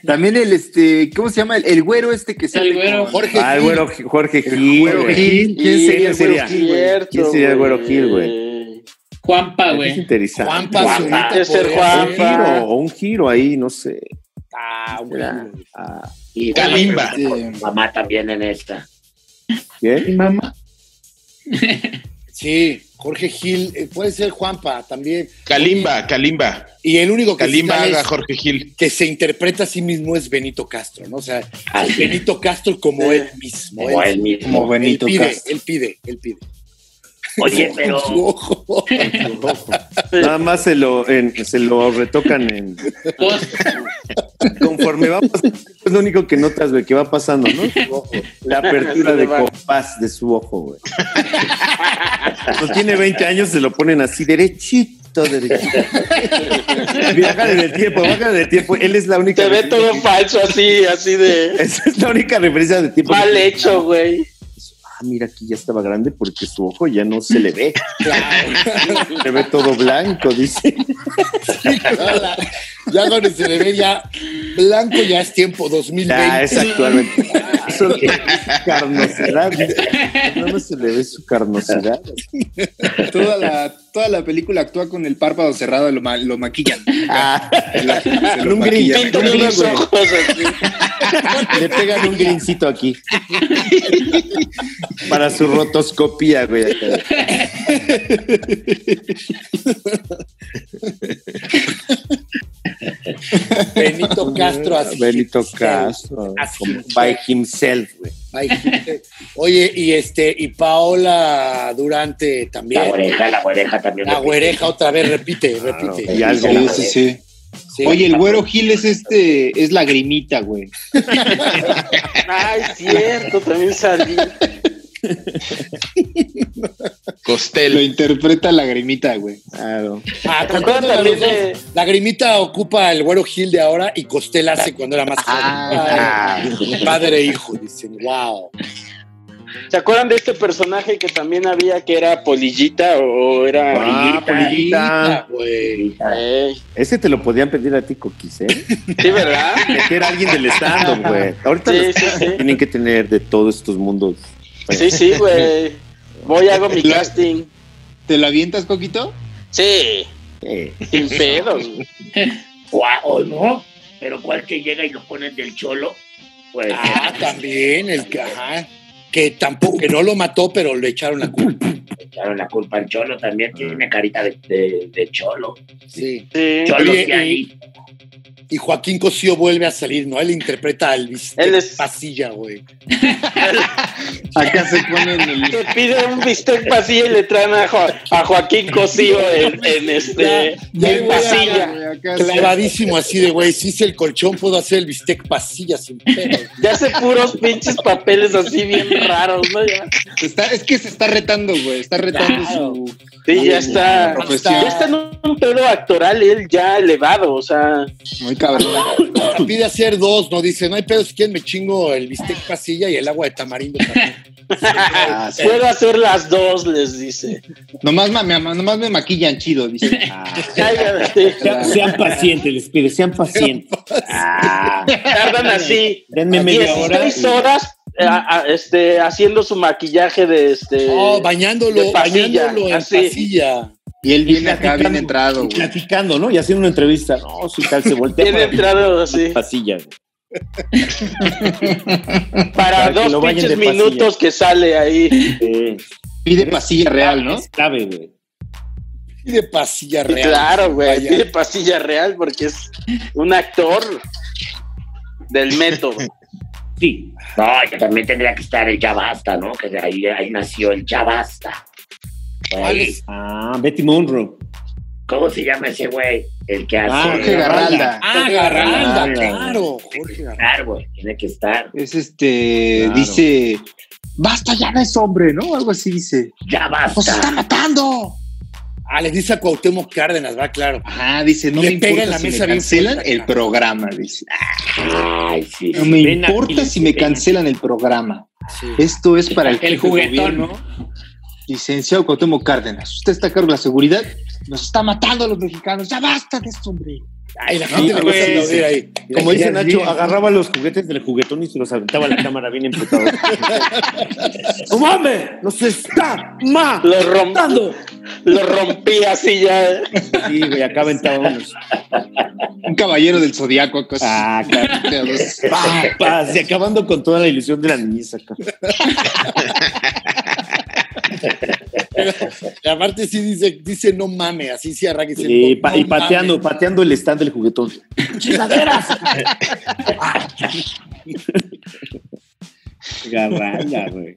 S5: También el este, ¿cómo se llama? El, el güero este que sale.
S6: güero.
S5: con-
S2: Jorge,
S3: Ah, el
S2: Gil,
S3: güero Gil- Jorge Gil.
S5: Güero
S3: güey.
S5: Gil. ¿Quién
S1: Y-
S5: sería el
S1: es
S3: güero Gil,
S5: güey?
S1: cierto,
S3: ¿Quién sería el güero Gil,
S6: Juanpa,
S3: Es
S6: Ah, güey.
S3: interesante.
S2: Juanpa,
S4: Juanpa.
S2: Zurita,
S1: Puede ser
S2: podría
S3: Un
S1: Juanpa.
S3: giro, o un giro ahí, no sé.
S2: Ah, güey.
S3: Era, ah,
S4: Y
S5: Kalimba.
S4: bueno, este, Mamá también en esta.
S3: ¿qué?
S2: Sí, Jorge Gil, eh, puede ser Juanpa también.
S7: Kalimba, Kalimba.
S2: Y el único que sí
S7: Kalimba
S2: sale
S7: haga
S2: es-
S7: Jorge Gil.
S2: que se interpreta a sí mismo es Benito Castro, ¿no? O sea,
S4: Así,
S2: Benito Castro como
S1: Sí.
S2: él mismo.
S4: como
S2: él,
S4: él mismo.
S5: Como Benito
S2: él pide,
S5: Castro.
S2: él pide, él pide.
S4: Oye, pero
S2: Con su ojo.
S3: Nada más se lo, en- se lo retocan en,
S6: Post,
S3: conforme va pasando. Es lo único que notas, güey, que va pasando, ¿no? Su ojo. La apertura de compás de su ojo, güey. Cuando tiene 20 años se lo ponen así, derechito, derechito. Viajan en el tiempo, bajan en el tiempo. Él es la única.
S1: Te ve
S3: referencia
S1: todo
S3: que-
S1: falso, así, así de.
S3: Esa es la única referencia de tiempo.
S1: Mal hecho, güey.
S3: Ah, mira, aquí ya estaba grande porque su ojo ya no se le ve. Se ve todo blanco, dice.
S2: ya cuando se le ve ya blanco, ya es tiempo 2020.
S3: Ya, Ah, es actualmente. Eso es carnosidad. No, no se le ve su carnosidad.
S5: Toda la, toda la película actúa con el párpado cerrado, lo, ma- lo maquillan.
S3: Ah,
S5: Lo- se lo
S3: Un green
S5: maquillan.
S1: Pinta
S3: no,
S1: los
S3: güey.
S1: ojos así.
S3: le pegan un grincito aquí. Para su rotoscopía, güey. acá.
S2: Benito Castro así. pues,
S3: Benito Castro.
S2: Así.
S3: como By himself, güey.
S2: Ay, gente. Oye, y este, y Paola Durante
S4: la
S2: también.
S4: oreja, la oreja también.
S2: La güereja otra vez, repite, repite.
S3: Y algo
S5: Sí,
S3: más.
S5: sí, sí.
S2: Sí.
S5: Oye, el güero Gil es este, es lagrimita, güey.
S1: Ay, cierto, también salí.
S5: Lo
S7: Costel.
S5: interpreta lagrimita, güey.
S3: Claro.
S2: Ah,
S1: ¿Te acuerdas
S2: contando
S1: también
S2: los dos,
S1: de-
S2: Lagrimita ocupa el güero Gil de ahora y Costel hace cuando era más joven.
S3: Ah,
S1: Ah,
S2: Ay, padre e hijo, dicen, wow.
S1: ¿Se acuerdan de este personaje que también había que era polillita o o era.
S3: Ah, Polillita.
S2: Ah, güey.
S1: Ey.
S3: Ese te lo podían pedir a ti, Coquis, ¿eh?
S1: Sí, ¿verdad?
S3: Que era alguien del stand güey. Ahorita
S1: Sí,
S3: los
S1: sí, sí.
S3: tienen que tener de todos estos mundos.
S1: Sí, sí, güey. Voy, hago mi
S5: La-
S1: casting.
S5: ¿Te lo avientas, Coquito?
S1: Sí,
S3: Eh,
S1: sin pedos. güey.
S4: Guau, o no, pero cuál que llega y lo ponen del cholo, pues.
S2: Ah, también, el que, ajá, que tampoco, que no lo mató, pero le echaron la culpa.
S4: Echaron la culpa al cholo también, tiene una carita de, de- de cholo.
S2: Sí.
S1: Sí.
S4: Cholo
S2: Oye,
S4: sí ahí.
S2: Y Joaquín Cosío vuelve a salir, ¿no? Él interpreta a Elvis
S1: Él es-
S2: Pasilla, güey.
S5: Acá se ponen el.
S1: Te pide un bistec pasilla y le traen a, Jo- a Joaquín Cosío en, en este. en
S5: güey,
S1: pasilla.
S5: güey, acá se-
S2: Clavadísimo así de, güey, si hice el colchón, puedo hacer el bistec pasilla sin pedo.
S1: Ya hace puros pinches papeles así bien raros, ¿no? Ya.
S5: Está- es que se está retando, güey. Está retando
S2: Claro.
S5: su.
S1: Sí, ya está.
S5: Profesión.
S1: Ya está en un un pedo actoral él ya elevado, o sea.
S5: Muy cabrón.
S2: Hasta Pide hacer dos, ¿no? Dice, no hay pedo, si quieren me chingo el bistec pasilla y el agua de tamarindo también.
S5: Ah, sí.
S1: Puedo hacer las dos, les dice.
S5: Nomás, ma- me, nomás me maquillan chido, dice.
S3: ah.
S1: Cállate.
S3: Sean pacientes, les pido, sean pacientes.
S4: Ah,
S1: Tardan así
S3: Denme media hora.
S1: 16 horas eh, a- a- este, haciendo su maquillaje de este.
S2: Oh, bañándolo,
S1: de pasilla,
S2: bañándolo en
S1: así.
S2: pasilla.
S5: Y él viene
S3: platicando.
S5: acá bien entrado,
S3: y
S5: güey.
S3: platicando, ¿no? Y haciendo una entrevista. No, si tal se voltea.
S1: Tiene
S3: para-
S1: entrado así.
S3: pasilla. güey.
S1: Para,
S3: Para que lo
S1: dos
S3: bañen
S1: pinches
S3: de pasilla.
S1: minutos que sale ahí.
S3: Eh,
S5: Pide pasilla real, ¿no?
S3: Es clave, güey.
S2: Pide pasilla
S1: Sí,
S2: real.
S1: Claro, güey.
S2: Vaya.
S1: Tiene pastilla real porque es un actor del método.
S3: Sí.
S4: no, yo también tendría que estar el ya basta, ¿no? Que de ahí, ahí nació el ya basta. Pues, Güey,
S2: Alex.
S3: Ah, Betty Monroe.
S4: ¿Cómo se llama ese güey? El que hace.
S3: Ah,
S5: Jorge Garralda.
S2: Ah,
S3: Garralda.
S2: Garralda, claro, Jorge Garralda.
S4: Estar, güey, tiene que estar.
S5: Es este.
S3: Claro.
S5: Dice. Basta, ya no es hombre, ¿no? Algo así dice.
S4: Ya
S5: ¡Pues está
S4: basta.
S5: matando!
S2: Ah, le dice a Cuauhtémoc Cárdenas, va, claro.
S5: Ajá, dice, no
S2: Le
S5: me
S2: pega
S5: importa
S2: en la
S5: si
S2: mesa
S5: me
S2: bien
S5: cancelan
S2: fuerte.
S5: el programa, dice.
S4: Ay, sí.
S5: No me
S3: Ven
S5: importa
S3: aquí,
S5: si me
S4: ven
S5: cancelan el programa.
S2: Sí.
S5: Esto es para el,
S6: el
S5: jefe de
S6: juguetón,
S5: gobierno, Licenciado Cuauhtémoc Cárdenas, usted está a cargo de la seguridad, nos está matando a los mexicanos, ya basta de esto, hombre.
S2: Ay, la gente
S5: No,
S2: le
S5: güey,
S2: gusta aplaudir
S5: sí.
S2: ahí.
S3: Como
S5: Ya,
S3: dice Nacho, ah.
S5: bien.
S3: agarraba los juguetes del juguetón y se los aventaba a la cámara bien emputado. ¡No mames! ¡Nos está matando!
S1: Lo, rom- lo rompí así ya.
S3: Sí, güey, acá aventaba unos.
S5: Un caballero del zodiaco, cosas.
S3: Ah, claro.
S5: Dedos.
S3: Papas, y acabando con toda la ilusión de la niñez acá.
S2: Y aparte sí dice, dice no mame, así sí arranca. dice,
S3: Y,
S2: no-
S3: pa-
S2: no
S3: y pateando,
S2: mames.
S3: pateando el stand del juguetón.
S4: ¡Chingaderas!
S3: Garranga, güey.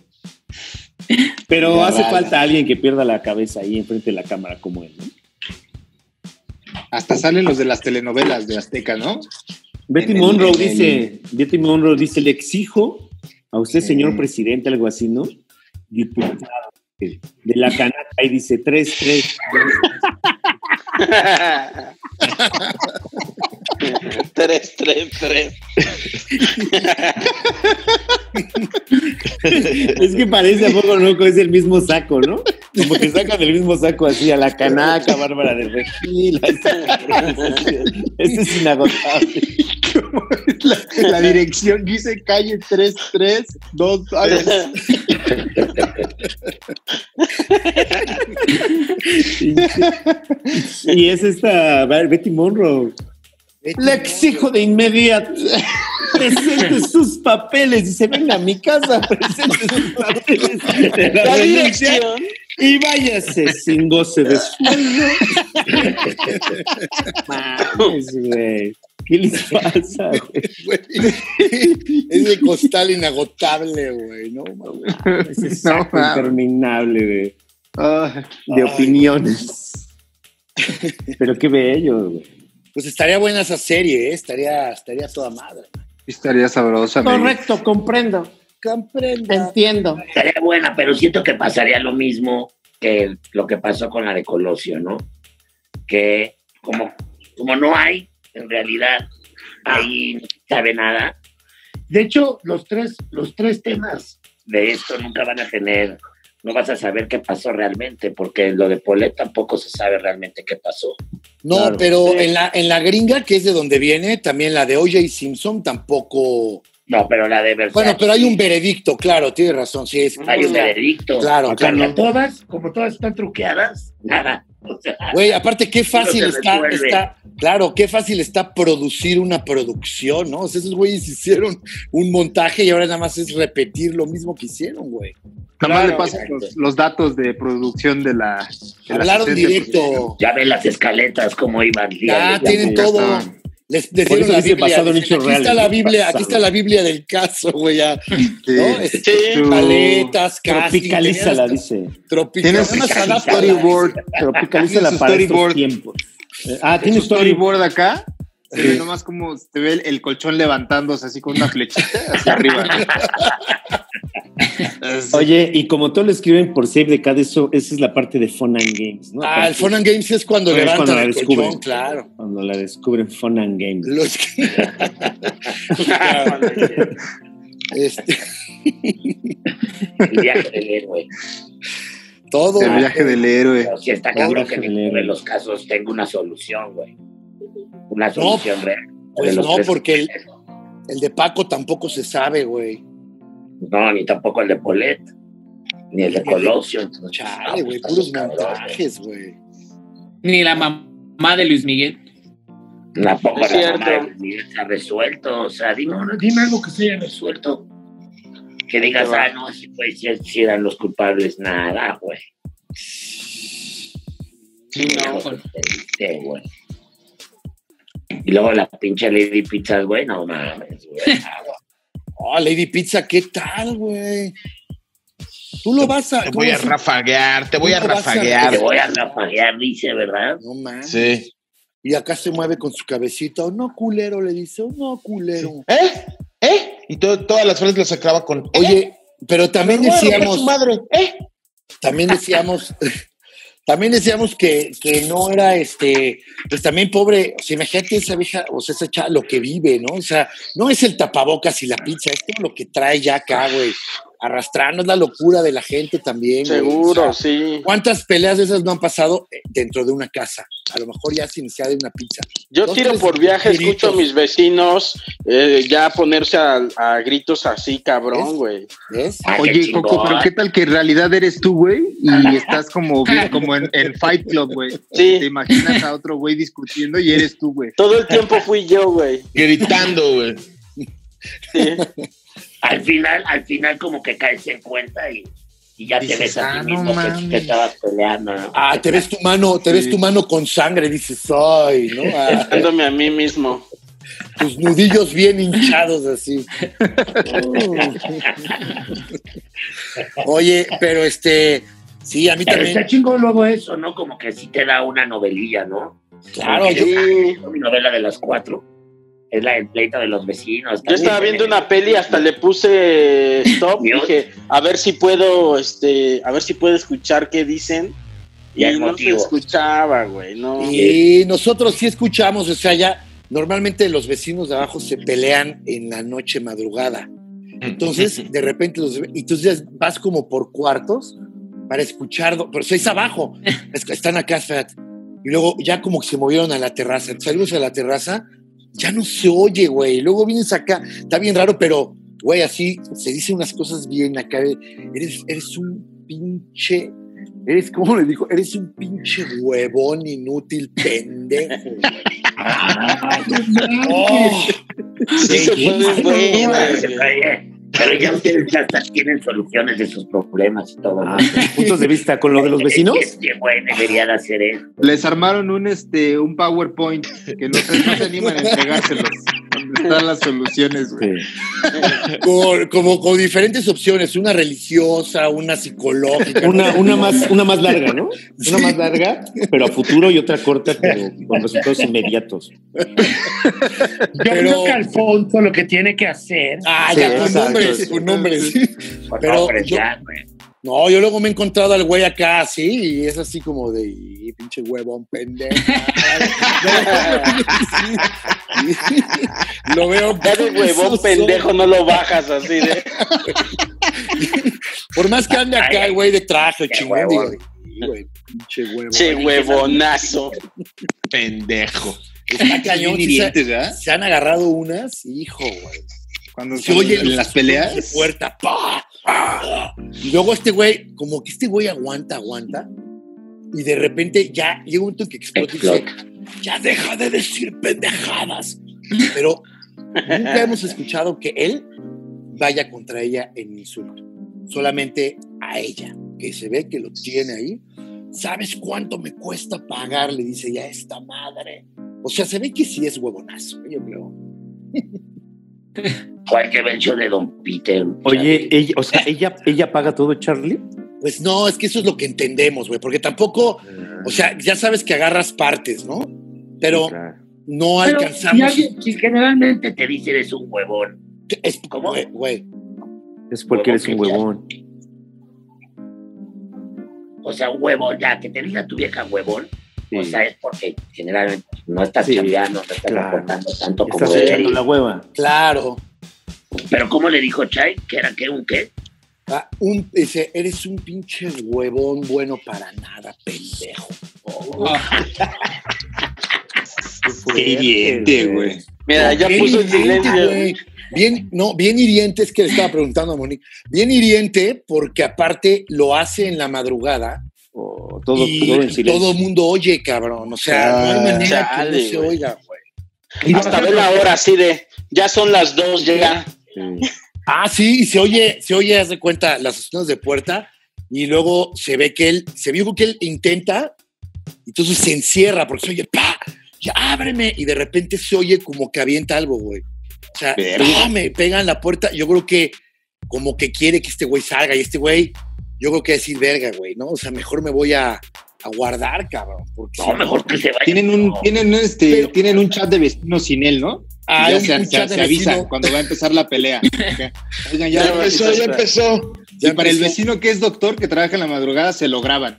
S3: Pero hace
S5: Garranga.
S3: falta alguien que pierda la cabeza ahí enfrente de la cámara como él, ¿no?
S5: Hasta salen los de las telenovelas de Azteca, ¿no?
S3: Betty
S5: En el-
S3: Monroe
S5: en el-
S3: dice, Betty Monroe dice, le exijo a usted, señor
S5: Mm.
S3: presidente, algo así, ¿no? Diputado eh, de la canaca y dice, tres, tres.
S1: tres, tres, tres.
S3: Es que parece a poco, ¿no? Es el mismo saco, ¿no? Como que sacan del mismo saco así a la canaca, Bárbara de Regil. a ese- Este es inagotable.
S5: La, la dirección dice calle 332. Ay,
S3: Y es esta Betty Monroe. Le exijo de inmediato. Presente sus papeles. Dice, venga a mi casa, presente sus papeles. de la
S1: La
S3: renuncia
S1: dirección.
S3: Y váyase sin goce de sueldo. Mames, güey. ¿Qué les pasa? güey?
S2: Güey, Es de costal inagotable, güey, no mames.
S3: Ese saco
S5: mames.
S3: interminable, güey.
S5: ah.
S3: de opiniones. Pero qué bello, güey.
S2: Pues estaría buena esa serie, ¿eh? estaría, estaría toda madre.
S5: Estaría sabrosa. amigo.
S3: Correcto, comprendo,
S2: Comprenda.
S3: entiendo.
S4: Estaría buena, pero siento que pasaría lo mismo que lo que pasó con la de Colosio, ¿no? Que como, como no hay, en realidad, ahí no se sabe nada. De hecho, los tres, los tres temas de esto nunca van a tener, no vas a saber qué pasó realmente, porque lo de Polet tampoco se sabe realmente qué pasó.
S2: No,
S3: Claro.
S2: pero en la, en la gringa, que es de donde viene, también la de OJ Simpson tampoco.
S4: No, pero la de Versace.
S2: Bueno, pero hay un veredicto, claro, tiene razón, sí es.
S4: Hay un veredicto.
S2: Claro,
S4: Acá
S2: claro.
S4: todas, como todas están truqueadas, nada. O sea,
S2: Güey, aparte qué fácil
S4: se
S2: está,
S4: resuelve.
S2: está- claro, qué fácil está producir una producción, ¿no? O sea, esos güeyes hicieron un montaje y ahora nada más es repetir lo mismo que hicieron, güey.
S5: Nada más
S1: Claro,
S5: le pasan
S4: exacto.
S5: los, los datos de producción de la. de la
S2: Hablaron
S5: asistencia
S2: directo.
S4: ya ven las escaletas cómo iban.
S2: Ya
S4: díganle,
S2: tienen
S5: ya
S2: todo.
S5: está.
S2: Les, les
S3: Por
S2: dieron
S3: eso
S2: la
S3: dice
S2: Biblia.
S3: basado en
S2: dicen,
S3: hechos
S2: aquí
S3: reales.
S2: está la Biblia, aquí
S3: Basado.
S2: está la Biblia del caso, güey. ya, ¿no?
S5: Sí.
S2: Es-
S1: Sí,
S5: Tú-
S2: Paletas, casting,
S3: Tropicalízala,
S2: tenías-
S3: dice.
S2: Tropical.
S5: Tienes
S2: Además,
S5: un
S2: adapta-
S5: storyboard.
S3: Tropicalízala
S5: Tiene su
S3: para estos
S5: storyboard.
S3: tiempos. Eh, Ah, tiene
S5: Tienes
S3: storyboard.
S5: storyboard acá. Se ve nomás como se ve el, el colchón levantándose así con una flechita hacia arriba. Así.
S3: Oye, y como todo lo escriben por Save the Cat, eso, esa es la parte de Fun and Games, ¿no?
S2: Ah, el Fun and Games es cuando
S3: Games
S2: levantan
S3: cuando la
S2: el
S3: descubren.
S2: colchón, claro.
S3: Cuando la descubren Fun and Games.
S2: Los- Este,
S4: El viaje del héroe.
S2: todo.
S5: el viaje del héroe.
S4: Pero si está
S2: No,
S4: cabrón
S3: viaje
S4: que
S3: del
S4: ninguno
S3: héroe.
S4: de los casos tenga una solución, güey. Una solución real.
S2: pues
S4: De los
S2: no,
S4: tres-
S2: porque el- El de Paco tampoco se sabe, güey.
S4: No, ni tampoco el de Polet, ni el de Colosio. Ah, pues entonces,
S2: Chale,
S4: no,
S2: güey,
S4: está
S2: puros
S4: muy cabrón,
S2: montajes, güey.
S6: Ni la mamá de Luis Miguel.
S4: güey. Tampoco
S1: Es
S4: la mamá de
S1: cierto.
S4: Luis Miguel se ha resuelto. O sea, dime, dime algo que se haya resuelto. Que digas, ah, no, si, güey, si, si eran los culpables, nada, güey.
S1: sí, no.
S6: pues.
S4: Este, güey. Y luego la pinche Lady Pizzas, güey, no mames, güey.
S2: Oh, Lady Pizza, ¿qué tal, güey? Tú lo vas a.
S7: Te voy a
S2: ¿cómo se-
S7: rafaguear, te voy a
S2: ¿Cómo vas a-
S4: Te
S7: rafaguear.
S4: voy a rafaguear, dice, ¿verdad?
S2: No mames.
S7: Sí.
S2: Y acá se mueve con su cabecita. Oh, no, culero, le dice. Oh, no, culero.
S7: ¿Eh? ¿Eh? Y to- todas las frases las acaba con. ¿eh?
S2: Oye, pero también decíamos.
S7: su madre. ¿Eh?
S2: también decíamos, también decíamos que, que no era este, pues también pobre, o sea, imagínate esa vieja, o sea, esa chava lo que vive, ¿no? O sea, no es el tapabocas y la pizza, es todo lo que trae ya acá, güey, arrastrando, es la locura de la gente también. güey.
S1: Seguro,
S2: O sea,
S1: sí.
S2: ¿Cuántas peleas de esas no han pasado eh, dentro de una casa? A lo mejor ya se iniciada en una pizza.
S1: Yo
S2: dos,
S1: tiro
S2: tres
S1: por viaje,
S2: gritos.
S1: escucho a mis vecinos eh, ya ponerse a, a gritos así,
S2: ¿Ves?
S1: cabrón, güey.
S2: ¿Ves?
S4: Ah, qué
S5: Oye,
S4: chingón.
S5: Coco, pero ¿qué tal que en realidad eres tú, güey? Y estás como, como en, en Fight Club, güey.
S1: Sí.
S5: Te imaginas a otro güey discutiendo y eres tú, güey.
S1: Todo el tiempo fui yo, güey.
S7: Gritando, güey.
S1: Sí.
S4: Al final, al final como que caes en cuenta y y ya te
S5: Dices,
S4: ves a
S5: "Ah,
S4: ti
S5: no
S4: mismo que- que,
S5: mames".
S4: estabas peleando. ¿no?
S2: Ah, te ves tu mano, te ves
S5: Sí.
S2: tu mano con sangre, dices, ay, ¿no? Ah,
S1: dándome a mí mismo.
S2: tus nudillos bien hinchados así. Oye, pero este, sí, a mí
S4: Pero
S2: también,
S4: está chingón luego eso, ¿no? Como que sí te da una novelilla, ¿no?
S2: claro,
S4: Porque
S2: yo,
S1: Sí.
S4: Mi novela de las cuatro es la del pleito de los vecinos.
S1: Yo estaba viendo una peli, hasta le puse stop,
S4: Dios.
S1: dije, a ver si puedo, este, a ver si puedo escuchar qué dicen. Y
S4: Ya hay
S1: no se
S4: motivo.
S1: escuchaba, güey, no.
S2: y nosotros sí escuchamos, o sea, ya normalmente los vecinos de abajo se pelean en la noche madrugada. Entonces, de repente, los, y tú ya vas como por cuartos para escuchar, do- pero seis abajo, Es que están acá, espérate. Y luego ya como que se movieron a la terraza, salimos a la terraza, ya no se oye, güey. Luego vienes acá, está bien raro, pero, güey, así se dicen unas cosas bien acá. de, Eres, eres un pinche, eres, ¿cómo le dijo? Eres un pinche huevón inútil, pendejo.
S4: Ah,
S2: Oh,
S1: sí se fue de buena, güey.
S4: Oye, Pero ya ustedes ya hasta tienen soluciones de sus problemas y todo. ¿no?
S3: Puntos de vista con lo de los vecinos.
S4: Es que, güey, deberían hacer eso.
S5: Les armaron un, este, un PowerPoint que no se, no se animan a entregárselos. Donde están las soluciones, güey.
S3: Sí.
S2: con- como con diferentes opciones, una religiosa, una psicológica.
S3: Una, una, más, una más larga, ¿no? Una
S2: Sí.
S3: más larga, pero a futuro y otra corta, pero con resultados inmediatos.
S8: Yo
S2: Pero-
S8: creo que Alfonso lo que tiene que hacer.
S2: Ah,
S3: Sí,
S2: ya, con
S3: exacto,
S2: nombres,
S3: sí.
S2: con nombres.
S4: Por
S2: Pero
S4: favor,
S2: yo-
S4: Pues, ya, güey.
S2: No, yo luego me he encontrado al güey acá así y es así como de "Y, pinche huevón pendejo. Lo veo
S1: Ya de huevón
S2: soso.
S1: pendejo no lo bajas así de.
S2: Por más que ande acá
S4: Ay,
S2: el güey de traje,
S4: qué
S2: chingón, digo,
S4: huevón.
S2: "Sí, güey, pinche huevón.
S1: Che huevonazo.
S7: Pendejo.
S2: Está cañón. sí
S5: Bien
S2: se,
S5: hirientes, ¿verdad?
S2: se han agarrado unas, hijo, güey.
S5: Cuando
S2: Se oyen
S5: en
S2: los
S5: las
S2: de
S5: peleas.
S2: puerta. pa, pa. Y luego este güey, como que este güey aguanta, aguanta. Y de repente ya llega un toque que explota y dice, ya deja de decir pendejadas. Pero nunca hemos escuchado que él vaya contra ella en insulto. Solamente a ella, que se ve que lo tiene ahí. ¿Sabes cuánto me cuesta pagar? Le dice ya esta madre. O sea, se ve que sí es huevonazo, ¿eh? yo creo.
S4: Cualquier vención de Don Peter.
S3: Oye, ella, o sea, ella, ella paga todo, Charlie.
S2: Pues no, es que eso es lo que entendemos, güey, porque tampoco, o sea, ya sabes que agarras partes, ¿no? Pero
S3: Claro.
S2: no
S1: eh,
S4: Pero si
S2: alcanzamos.
S4: alguien- si generalmente te dice eres un huevón,
S2: Es,
S4: ¿Cómo?
S2: güey, Güey,
S3: es porque eres un huevón.
S4: o sea, un huevón, ya que te diga tu vieja huevón, o
S3: Sí.
S4: sea, es porque generalmente no estás
S3: Sí,
S4: chambeando, no estás
S3: claro.
S4: aportando tanto como
S3: Estás
S1: Sí.
S4: deberías.
S3: echando la hueva.
S2: claro.
S4: Pero ¿cómo le dijo Chay? ¿Que era que un qué?
S2: Ah, un, dice, eres un pinche huevón bueno para nada, pendejo.
S4: Oh,
S6: Oh,
S5: Qué hiriente, güey.
S1: Mira, ya
S2: Bien
S1: puso en
S2: hiriente,
S1: silencio.
S2: güey. Bien, no, bien hiriente es que le estaba preguntando a Monique. Bien hiriente porque aparte lo hace en la madrugada
S3: O todo,
S2: y
S3: todo en silencio.
S2: todo mundo oye, cabrón. O sea, no hay
S5: Ah,
S2: manera que
S1: chale,
S2: no se
S1: güey.
S2: oiga, güey.
S1: Hasta ve la hora así de. Ya son las dos, llega.
S3: Sí.
S2: Ah, sí, y se oye, se oye, haz de cuenta, las asesinas de puerta, y luego se ve que él, se vio que él intenta, entonces se encierra, porque se oye, ¡pa! Ya, ábreme, y de repente se oye como que avienta algo, güey. O sea, ¡pah! me pega en la puerta, yo creo que como que quiere que este güey salga, y este güey, yo creo que decir, verga, güey, ¿no? O sea, mejor me voy a, a guardar, cabrón. Porque
S4: No, mejor que se vaya.
S5: Tienen un,
S4: No.
S5: tienen, este,
S2: Pero-
S5: tienen un chat de vecinos sin él, ¿no?
S2: Ah,
S5: ya
S2: un-
S5: se,
S2: un
S5: se-
S2: chat de
S5: se avisan
S2: vecino.
S5: cuando va a empezar la pelea. Oigan,
S7: Ya,
S5: ya, va a
S7: empezó, ya
S5: empezar.
S7: empezó.
S5: Y para el
S2: empezó.
S5: vecino que es doctor, que trabaja en la madrugada, se lo graban.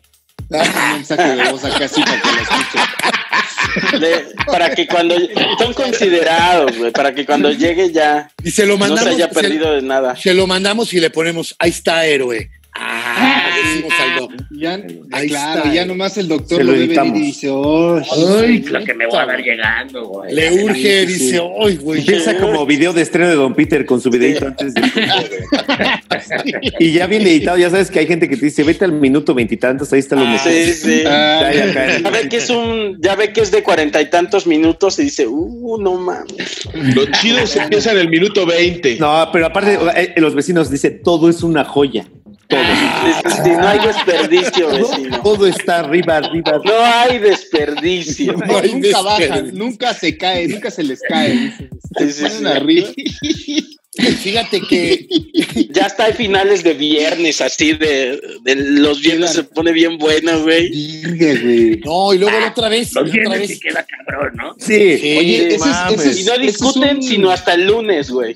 S2: Ah,
S5: Un mensaje de voz acá así para que lo escuchen.
S1: de- para que cuando. Son considerados, güey. Para que cuando llegue ya.
S2: Y se lo
S1: No
S2: mandamos.
S1: se haya
S2: se-
S1: perdido de nada.
S2: Se lo mandamos y le ponemos, ahí está héroe. Ah, le decimos al doc.
S5: Ya,
S2: Ahí
S5: claro,
S2: está.
S5: ya nomás el doctor
S3: Se
S5: lo
S3: lo
S5: ve venir
S3: editamos.
S5: y dice, oh,
S2: Ay,
S4: Lo que me voy a dar llegando, güey.
S2: Le urge, dice, ay, güey.
S3: Empieza como video de estreno de Don Peter con su videito antes de. y ya bien editado, ya sabes que hay gente que te dice, vete al minuto veintitantos, ahí están los
S2: Ah,
S3: mejores.
S1: Sí, sí.
S5: ah,
S3: Ya, ya, cae.
S1: Ya ve que es un, ya ve que es de cuarenta y tantos minutos y dice, uh, no mames.
S7: Lo chido se empieza en el minuto 20.
S3: No, pero aparte, eh, los vecinos dicen, todo es una joya. Todo.
S1: Ah. Si no hay desperdicio, vecino.
S3: Todo está arriba, arriba.
S1: No hay desperdicio.
S3: No hay
S5: nunca bajan,
S3: desperdicio.
S5: nunca se cae, nunca se les cae.
S1: Sí, sí,
S5: Ponen
S1: sí.
S5: arriba.
S2: Fíjate que
S1: Ya está hay finales de viernes, así de, de los viernes se pone bien bueno, güey.
S5: Virgue, güey.
S2: no, y luego la otra vez, la
S4: Los
S2: otra
S4: viernes se
S2: vez.
S4: queda cabrón, ¿no?
S3: Sí.
S2: Sí.
S5: Oye, ese es-
S3: mames.
S5: ese "Este es-
S1: Y no
S5: ese es
S1: discuten,
S5: un-
S1: sino hasta el lunes, güey.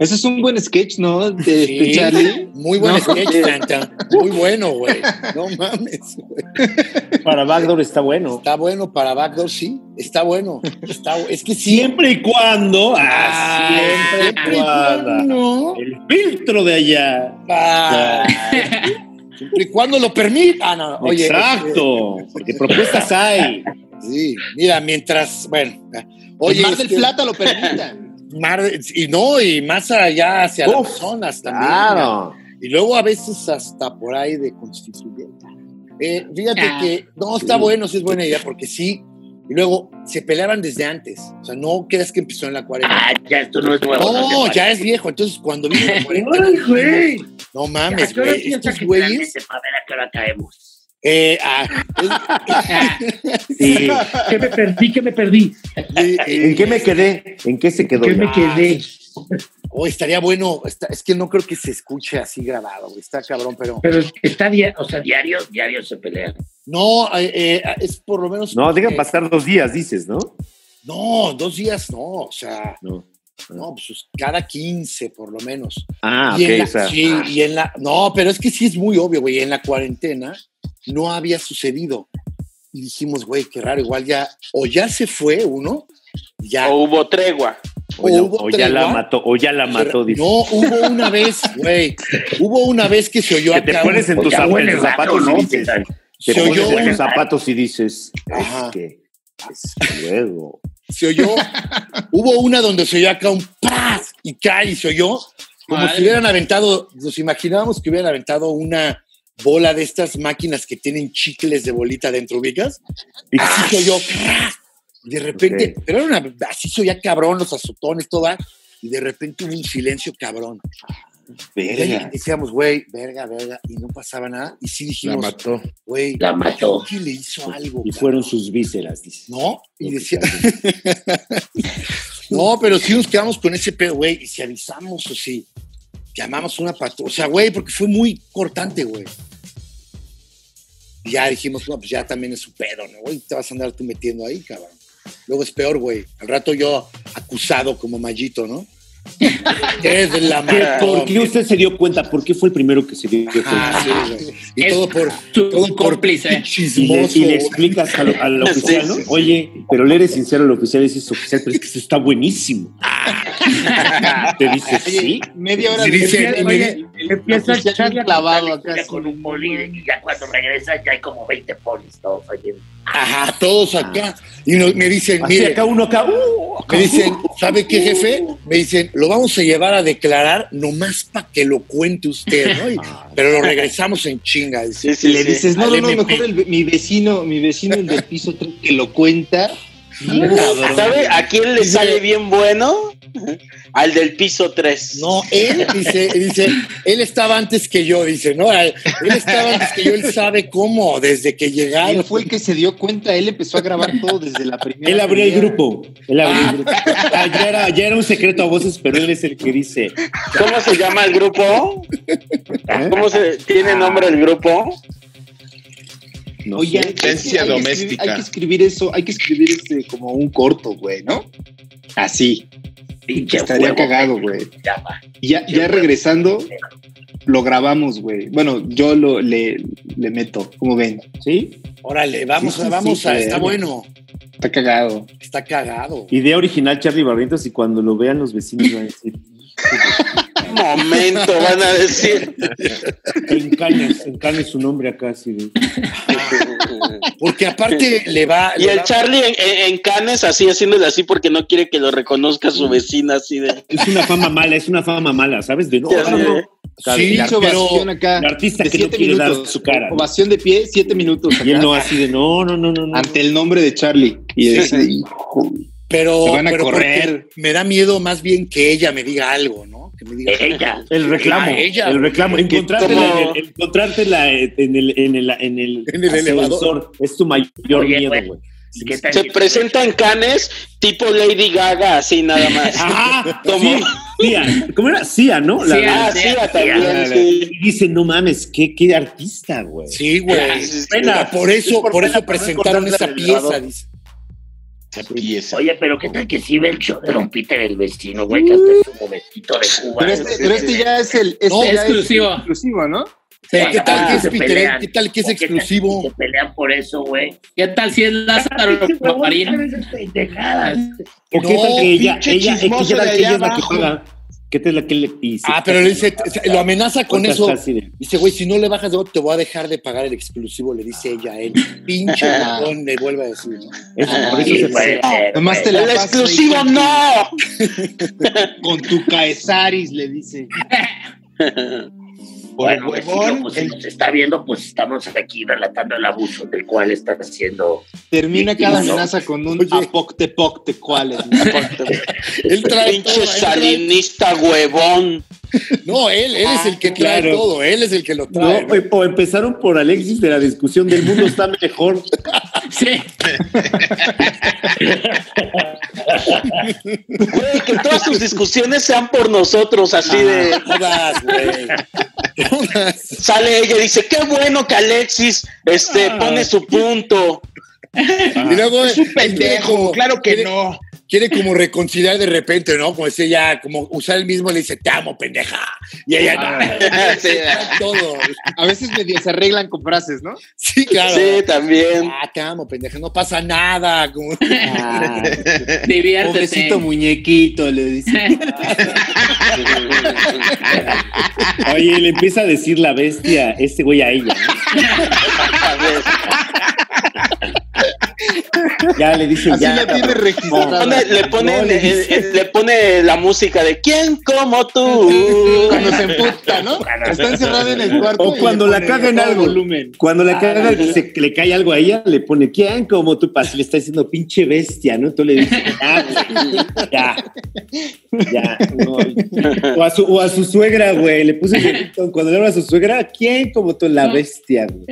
S5: Ese es un buen sketch, ¿no? De, de
S2: Sí.
S5: Charlie.
S2: Muy buen
S5: No.
S2: sketch, Santa. Muy bueno, güey. No mames. güey.
S3: Para Backdoor está bueno.
S2: Está bueno para Backdoor, sí. Está bueno. Está, bu- es que siempre.
S9: Siempre y cuando. Ah,
S2: Ah,
S9: siempre y cuando.
S2: No.
S9: El filtro de allá.
S2: Ah, siempre y cuando lo permita. Ah, no, oye.
S9: Exacto. Porque propuestas hay.
S2: este, sí, mira, mientras. Bueno. ah, Oye,
S5: Oye, Mar del
S2: este,
S5: Plata lo permitan.
S2: Mar- y no, y más allá hacia
S3: Uf,
S2: las zonas también.
S3: Claro.
S2: Y luego a veces hasta por ahí de constituyente. Eh, fíjate
S6: Ah.
S2: que no está bueno, sí es buena idea, porque sí. Y luego se peleaban desde antes. O sea, no creas que empezó en la cuarentena.
S4: Ah, ya esto no es nuevo.
S2: no,
S4: te
S2: ya es viejo. Entonces, cuando vino la cuarentena,
S8: ¡Ay, güey!
S2: no
S4: pases.
S2: mames,
S4: Ya, yo no
S2: güey.
S4: siento
S2: Estos
S4: que
S2: güeyes.
S4: realmente para ver a qué hora caemos.
S2: eh, ah,
S6: Ah,
S3: Sí.
S8: ¿Qué me perdí? ¿Qué me perdí?
S2: eh,
S3: ¿En
S2: eh,
S3: qué me quedé? ¿En qué se quedó?
S8: ¿Qué me quedé?
S2: oh, estaría bueno. está- es que no creo que se escuche así grabado, güey. Está cabrón, pero.
S8: Pero está bien, o sea,
S4: Diario, diario se pelean.
S2: No, eh, eh, es por lo menos.
S3: No, dejan
S2: eh,
S3: pasar dos días, dices, ¿no?
S2: No, dos días no. O sea,
S3: No.
S2: no, pues cada 15 por lo menos.
S3: Ah,
S2: y en
S3: ok.
S2: la-
S3: o sea,
S2: sí, y en la. No, pero es que sí es muy obvio, güey. En la cuarentena no había sucedido. Y dijimos, güey, qué raro, igual ya. O ya se fue uno, ya.
S1: O hubo tregua.
S3: o, no,
S2: hubo
S3: o ya la
S2: tregua,
S3: mató, o ya la mató, dices.
S2: No, hubo una vez, güey. Hubo una vez que se oyó
S3: que te
S2: acá
S3: pones
S2: un-
S3: en tus
S4: Ya
S3: zap- en
S4: huele
S3: tus
S4: raro,
S3: zapatos
S4: ¿no?
S3: y dices. Te
S2: Se
S3: pones
S2: oyó
S3: en
S2: un-
S3: tus zapatos y dices.
S2: Ajá.
S3: Es que. Es que luego.
S2: se oyó. hubo una donde se oyó acá un ¡paz! y cae y se oyó. Como
S6: Madre.
S2: si hubieran aventado, nos imaginábamos que hubieran aventado una bola de estas máquinas que tienen chicles de bolita dentro, ubicas.
S3: Y-
S2: así se oyó. ¡crack! Y de repente,
S3: Ok.
S2: pero era una, así se oía cabrón, los azotones, toda. Y de repente hubo un silencio cabrón. Y
S5: Verga.
S2: decíamos, güey, verga, verga. Y no pasaba nada. Y sí dijimos,
S9: mató.
S2: güey,
S4: La mató.
S2: ¿qué le hizo algo?
S3: Y
S2: cabrón?
S3: fueron sus vísceras, dices.
S2: ¿No? Y decía. no, pero si nos quedamos con ese pedo, güey. Y si avisamos o si llamamos una patrulla. O sea, güey, porque fue muy cortante, güey. Y Ya dijimos, no, pues ya también es su pedo, ¿no, güey? Te vas a andar tú metiendo ahí, cabrón. Luego es peor, güey. Al rato yo acusado como mallito, ¿no? Desde la
S3: ¿Qué-
S2: mano.
S3: ¿Por qué usted se dio cuenta? ¿Por qué fue el primero que se dio cuenta?
S2: Ah, sí, güey. Y
S6: Es
S2: todo por.
S6: tu
S2: Todo por
S6: cómplice.
S3: Y le,
S2: chismoso.
S3: y le
S2: güey.
S3: explicas al, al
S1: Sí,
S3: oficial,
S1: sí,
S3: ¿no?
S1: sí.
S3: Oye, pero le eres sincero al oficial y dices, oficial, pero es que eso está buenísimo. Te dice, sí.
S5: Media hora
S2: Y
S5: de
S2: dice-
S5: El-
S8: oye,
S5: el- el-
S8: empieza
S5: el-
S8: a echarle-
S5: clavado acá.
S4: Ya con un poli de- y ya cuando regresas ya hay como 20 polis todos oye.
S2: Ajá, todos acá. Y no- me dicen,
S3: Así
S2: mire,
S3: acá uno, acá. uh, acá,
S2: Me dicen,
S3: uh,
S2: ¿sabe qué, jefe? Me dicen, lo vamos a llevar a declarar nomás para que lo cuente usted, ¿no? Y- pero lo regresamos en chinga. dice.
S1: Sí, sí,
S5: le
S1: sí.
S5: dices, no,
S2: al
S5: no, no,
S2: MP.
S5: mejor el- mi vecino, mi vecino el del piso tres que lo cuenta. Bien cabrón.
S1: ¿Sabe a quién le
S2: Dice-
S1: sale bien bueno? Al del piso 3.
S2: No, él dice, dice, él estaba antes que yo, dice, ¿no? Él estaba antes que yo, él sabe cómo, desde que
S5: Ah, Él
S2: llegaron.
S5: fue el que se dio cuenta, él empezó a grabar todo desde la primera.
S3: Él abrió el
S5: reunión.
S3: grupo. Él abrió el grupo. Ah, ya, era, ya era un secreto a voces, pero él es el que dice.
S1: ¿Cómo se llama el grupo? ¿Cómo se tiene nombre el grupo?
S3: No
S5: Oye,
S3: sé.
S5: hay que- hay que
S7: Violencia
S5: escribir-
S7: doméstica.
S5: hay que escribir eso, hay que escribir este como un corto, güey, ¿no? Así.
S4: Pinche
S5: Estaría
S4: huevo,
S5: cagado,
S4: güey.
S5: güey.
S4: Ya va.
S5: Y Ya, ya regresando, lo grabamos, güey. Bueno, yo lo, le, le meto, como ven.
S3: ¿Sí?
S2: Órale, vamos,
S5: Sí, sí,
S2: vamos
S5: sí,
S2: a,
S5: sí.
S2: está bueno,
S5: Está cagado.
S2: está cagado.
S3: Idea original, Charlie Barrientos, y cuando lo vean los vecinos van a decir.
S1: Momento, van a decir.
S3: Encañas, encañas su nombre acá, así de.
S2: Porque aparte le va.
S1: Y
S2: le
S1: el
S2: va-
S1: Charlie en, en- en canes así, haciéndole así porque no quiere que lo reconozca su vecina así de...
S3: Es una fama mala, es una fama mala, ¿sabes? De no,
S1: Sí,
S3: no, no.
S2: Sí,
S5: Pinche
S2: pero-
S5: ovación acá.
S3: El artista
S5: de
S3: que no
S5: siete
S3: quiere dar
S5: minutos.
S3: su cara, ¿no?
S5: Ovación de pie, siete minutos.
S3: Y él
S5: acá,
S3: no así de no, no, no, no, no.
S5: Ante el nombre de Charlie. Y
S1: Sí.
S5: ese hijo.
S2: Pero,
S5: Se van a
S2: pero
S5: correr.
S2: porque me da miedo más bien que ella me diga algo, ¿no? que me digas.
S4: Ella.
S3: El reclamo.
S2: Ah, ella.
S3: El reclamo.
S1: Que
S3: Encontrártela
S1: como-
S3: en el, encontrártela en el, en el, en el,
S2: En el elevador.
S3: ascensor. Es tu mayor
S4: Oye,
S3: miedo,
S4: güey.
S3: güey.
S4: ¿Qué tal?
S1: Se presentan canes tipo Lady Gaga, así nada más.
S3: Ajá.
S1: Como-
S3: Ah, Sí, Cia. ¿Cómo era? Cia, ¿no? La-
S6: Cia.
S1: ah,
S6: sí,
S1: sí,
S6: sí,
S1: también,
S3: sí.
S1: sí.
S3: Y dice, no mames, qué, qué artista, güey.
S2: Sí, güey.
S1: Sí, sí, sí.
S3: Pena.
S2: Por eso, por,
S3: pena,
S2: eso
S3: por no
S2: presentaron
S3: encontrarla
S2: esa
S3: en el elevador.
S2: pieza, dice.
S7: Esa pieza.
S4: Oye, pero ¿qué tal que sí ve el show de Don Peter el vecino, güey? Que hasta es un vestido de Cuba.
S5: Pero este, pero este ya es el. Este
S2: No,
S5: ya es
S6: exclusivo.
S5: exclusivo, ¿no?
S2: Pero ¿qué tal
S4: Ah,
S2: que es
S4: se
S2: Peter?
S4: pelean.
S2: ¿Qué tal que es
S4: ¿O qué tal
S2: exclusivo?
S4: que Se pelean por eso, güey.
S6: ¿Qué tal si es Lázaro
S4: Pinche huevón,
S6: Marín?
S4: sabe esas pendejadas.
S3: ¿O qué tal
S2: No,
S3: que ella,
S1: pinche
S3: ella, es que
S1: chismoso
S3: ella,
S1: de
S3: que ella
S1: allá
S3: es la que
S1: abajo.
S3: juega? ¿Qué tal la que le y se-
S2: Ah, pero le dice, lo amenaza con
S3: Ahorita
S2: eso.
S3: está así de-
S2: Dice, güey, si no le bajas de voto, te voy a dejar de pagar el exclusivo, le dice ella a él. Pinche mamón, le vuelve a decir. ¿no?
S3: eso,
S5: Ah,
S3: por eso
S4: Sí,
S3: se-
S4: puede ser,
S5: Nomás
S4: güey.
S5: te la
S1: El
S5: pasas ahí
S1: exclusivo
S5: con-
S1: no.
S5: Con tu Caesaris, le dice.
S4: Bueno,
S7: Por
S4: vecino,
S7: huevón,
S4: pues, si
S7: el-
S4: nos está viendo, pues estamos aquí relatando el abuso del cual está haciendo.
S5: Termina cada
S4: Sí, no.
S5: amenaza con un
S2: Oye.
S5: apoctepocte, ¿cuál es?
S2: Él trae todo,
S1: Pinche
S2: él trae-
S1: salinista huevón.
S2: No, él, él es el que trae
S3: Claro.
S2: todo, él es el que lo
S3: No,
S2: trae. ¿no?
S3: o o empezaron por Alexis de la discusión del mundo está mejor.
S6: Sí.
S1: Güey, que todas sus discusiones sean por nosotros, así de.
S2: Jodas, güey. Jodas.
S1: Sale ella y dice, qué bueno que Alexis este, pone su punto.
S2: Y luego
S7: Es un pendejo, claro que no.
S2: Quiere como reconciliar de repente, ¿no? Como decía ya, como usar el mismo, le dice, te amo, pendeja. Y ella,
S1: Ah.
S2: no,
S1: Sí,
S2: todo.
S5: A veces medio se arreglan con frases, ¿no?
S2: Sí, claro.
S1: sí, también.
S2: Ah, te amo, pendeja, no pasa nada. como-
S6: Diviértete.
S5: muñequito, le dice.
S3: Oye, le empieza a decir la bestia, este güey a ella. ¿no? Ya le dice,
S5: Así
S3: ya.
S5: ya tiene
S1: Le
S5: registrado.
S1: pone, le, pone,
S3: No, le
S1: eh,
S3: dice.
S1: eh, le pone la música de ¿Quién como tú?
S5: Cuando se emputa, ¿no? Está encerrado en el cuarto.
S3: O
S5: y
S3: cuando
S5: le
S3: la
S5: pone
S3: caga en
S5: todo
S3: algo.
S5: volumen.
S3: Cuando la caga, se- le cae algo a ella, le pone, ¿quién? Como tú, pas, le está diciendo, pinche bestia, ¿no? Tú le dices, "Ah, güey, ya, ya, no". O a su, o a su suegra, güey, le puso, el- cuando le habla a su suegra, ¿quién? Como tú, la bestia, güey.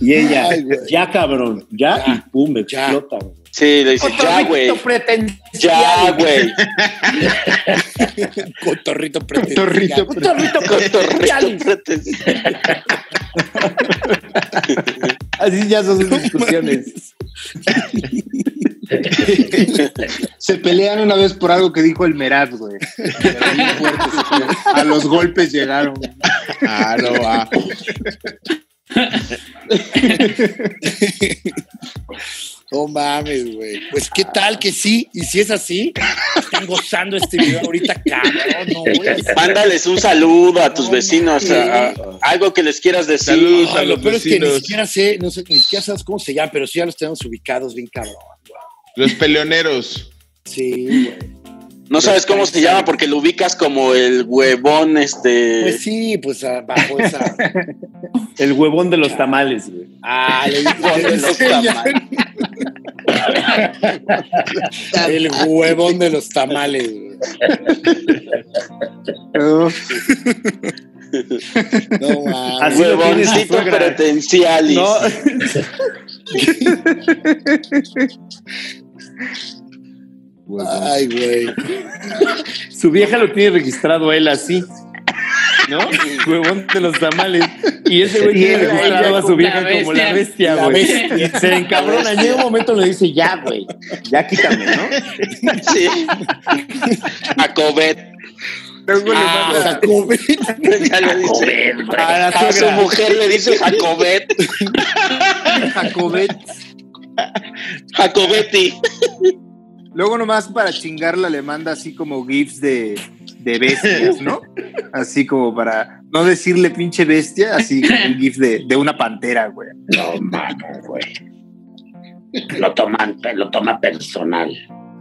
S3: Y ella,
S2: Ay, güey.
S3: ya, cabrón, ya, y pum, me explota, güey.
S1: Sí, le dice, ya, güey. Ya, güey.
S2: Cotorrito pretencial.
S5: Torrito.
S1: Cotorrito pretencioso.
S3: Así ya son sus discusiones.
S5: Se pelean una vez por algo que dijo el Meraz, güey. Pero bien fuerte se pelearon. A los golpes llegaron.
S7: Ah, no, ah.
S2: No mames, güey. Pues qué tal que sí, y si es así, están gozando este video ahorita, cabrón, no, güey.
S1: Mándales un saludo a tus vecinos, a- a- algo que les quieras decir.
S7: Saludos.
S2: Ay,
S7: a
S2: Ah, lo
S7: los
S2: peor es que ni
S7: vecinos.
S2: siquiera sé, no sé, ni siquiera sabes cómo se llaman, pero sí ya los tenemos ubicados bien cabrón.
S7: Los peleoneros.
S2: Sí, güey.
S1: No sabes cómo se llama porque lo ubicas como el huevón, este.
S2: Pues sí, pues ah, bajo esa.
S3: El huevón de los tamales, güey.
S2: Ah, le
S1: Huevón de los tamales.
S2: El huevón de los tamales, güey.
S5: Uf,
S2: No mames.
S3: Así lo tiene su
S1: Huevoncito
S3: suegra.
S1: pretencialis.
S3: No.
S2: Ay, güey.
S3: Su vieja lo tiene registrado él así. ¿No? Huevón de los tamales. Y ese güey tiene
S4: él a
S3: registrado
S4: ella
S3: a su
S6: como
S3: vieja
S6: la
S3: como la bestia,
S2: La
S3: güey.
S2: bestia.
S3: Se encabrona. Llega un momento le dice, ya, güey. Ya quítame, ¿no?
S1: Sí. Jacobet.
S2: Ah, o sea, como-
S1: Ya le dice.
S4: Joder, güey.
S3: A la
S1: A su
S3: suegra.
S1: mujer le dice Jacobet.
S5: Jacobet.
S1: Jacobetti.
S5: Luego nomás para chingarla le manda así como gifs de, de bestias, ¿no? Así como para no decirle pinche bestia, así como un gif de, de una pantera, güey.
S4: No mames, güey. Lo toman, lo toma personal.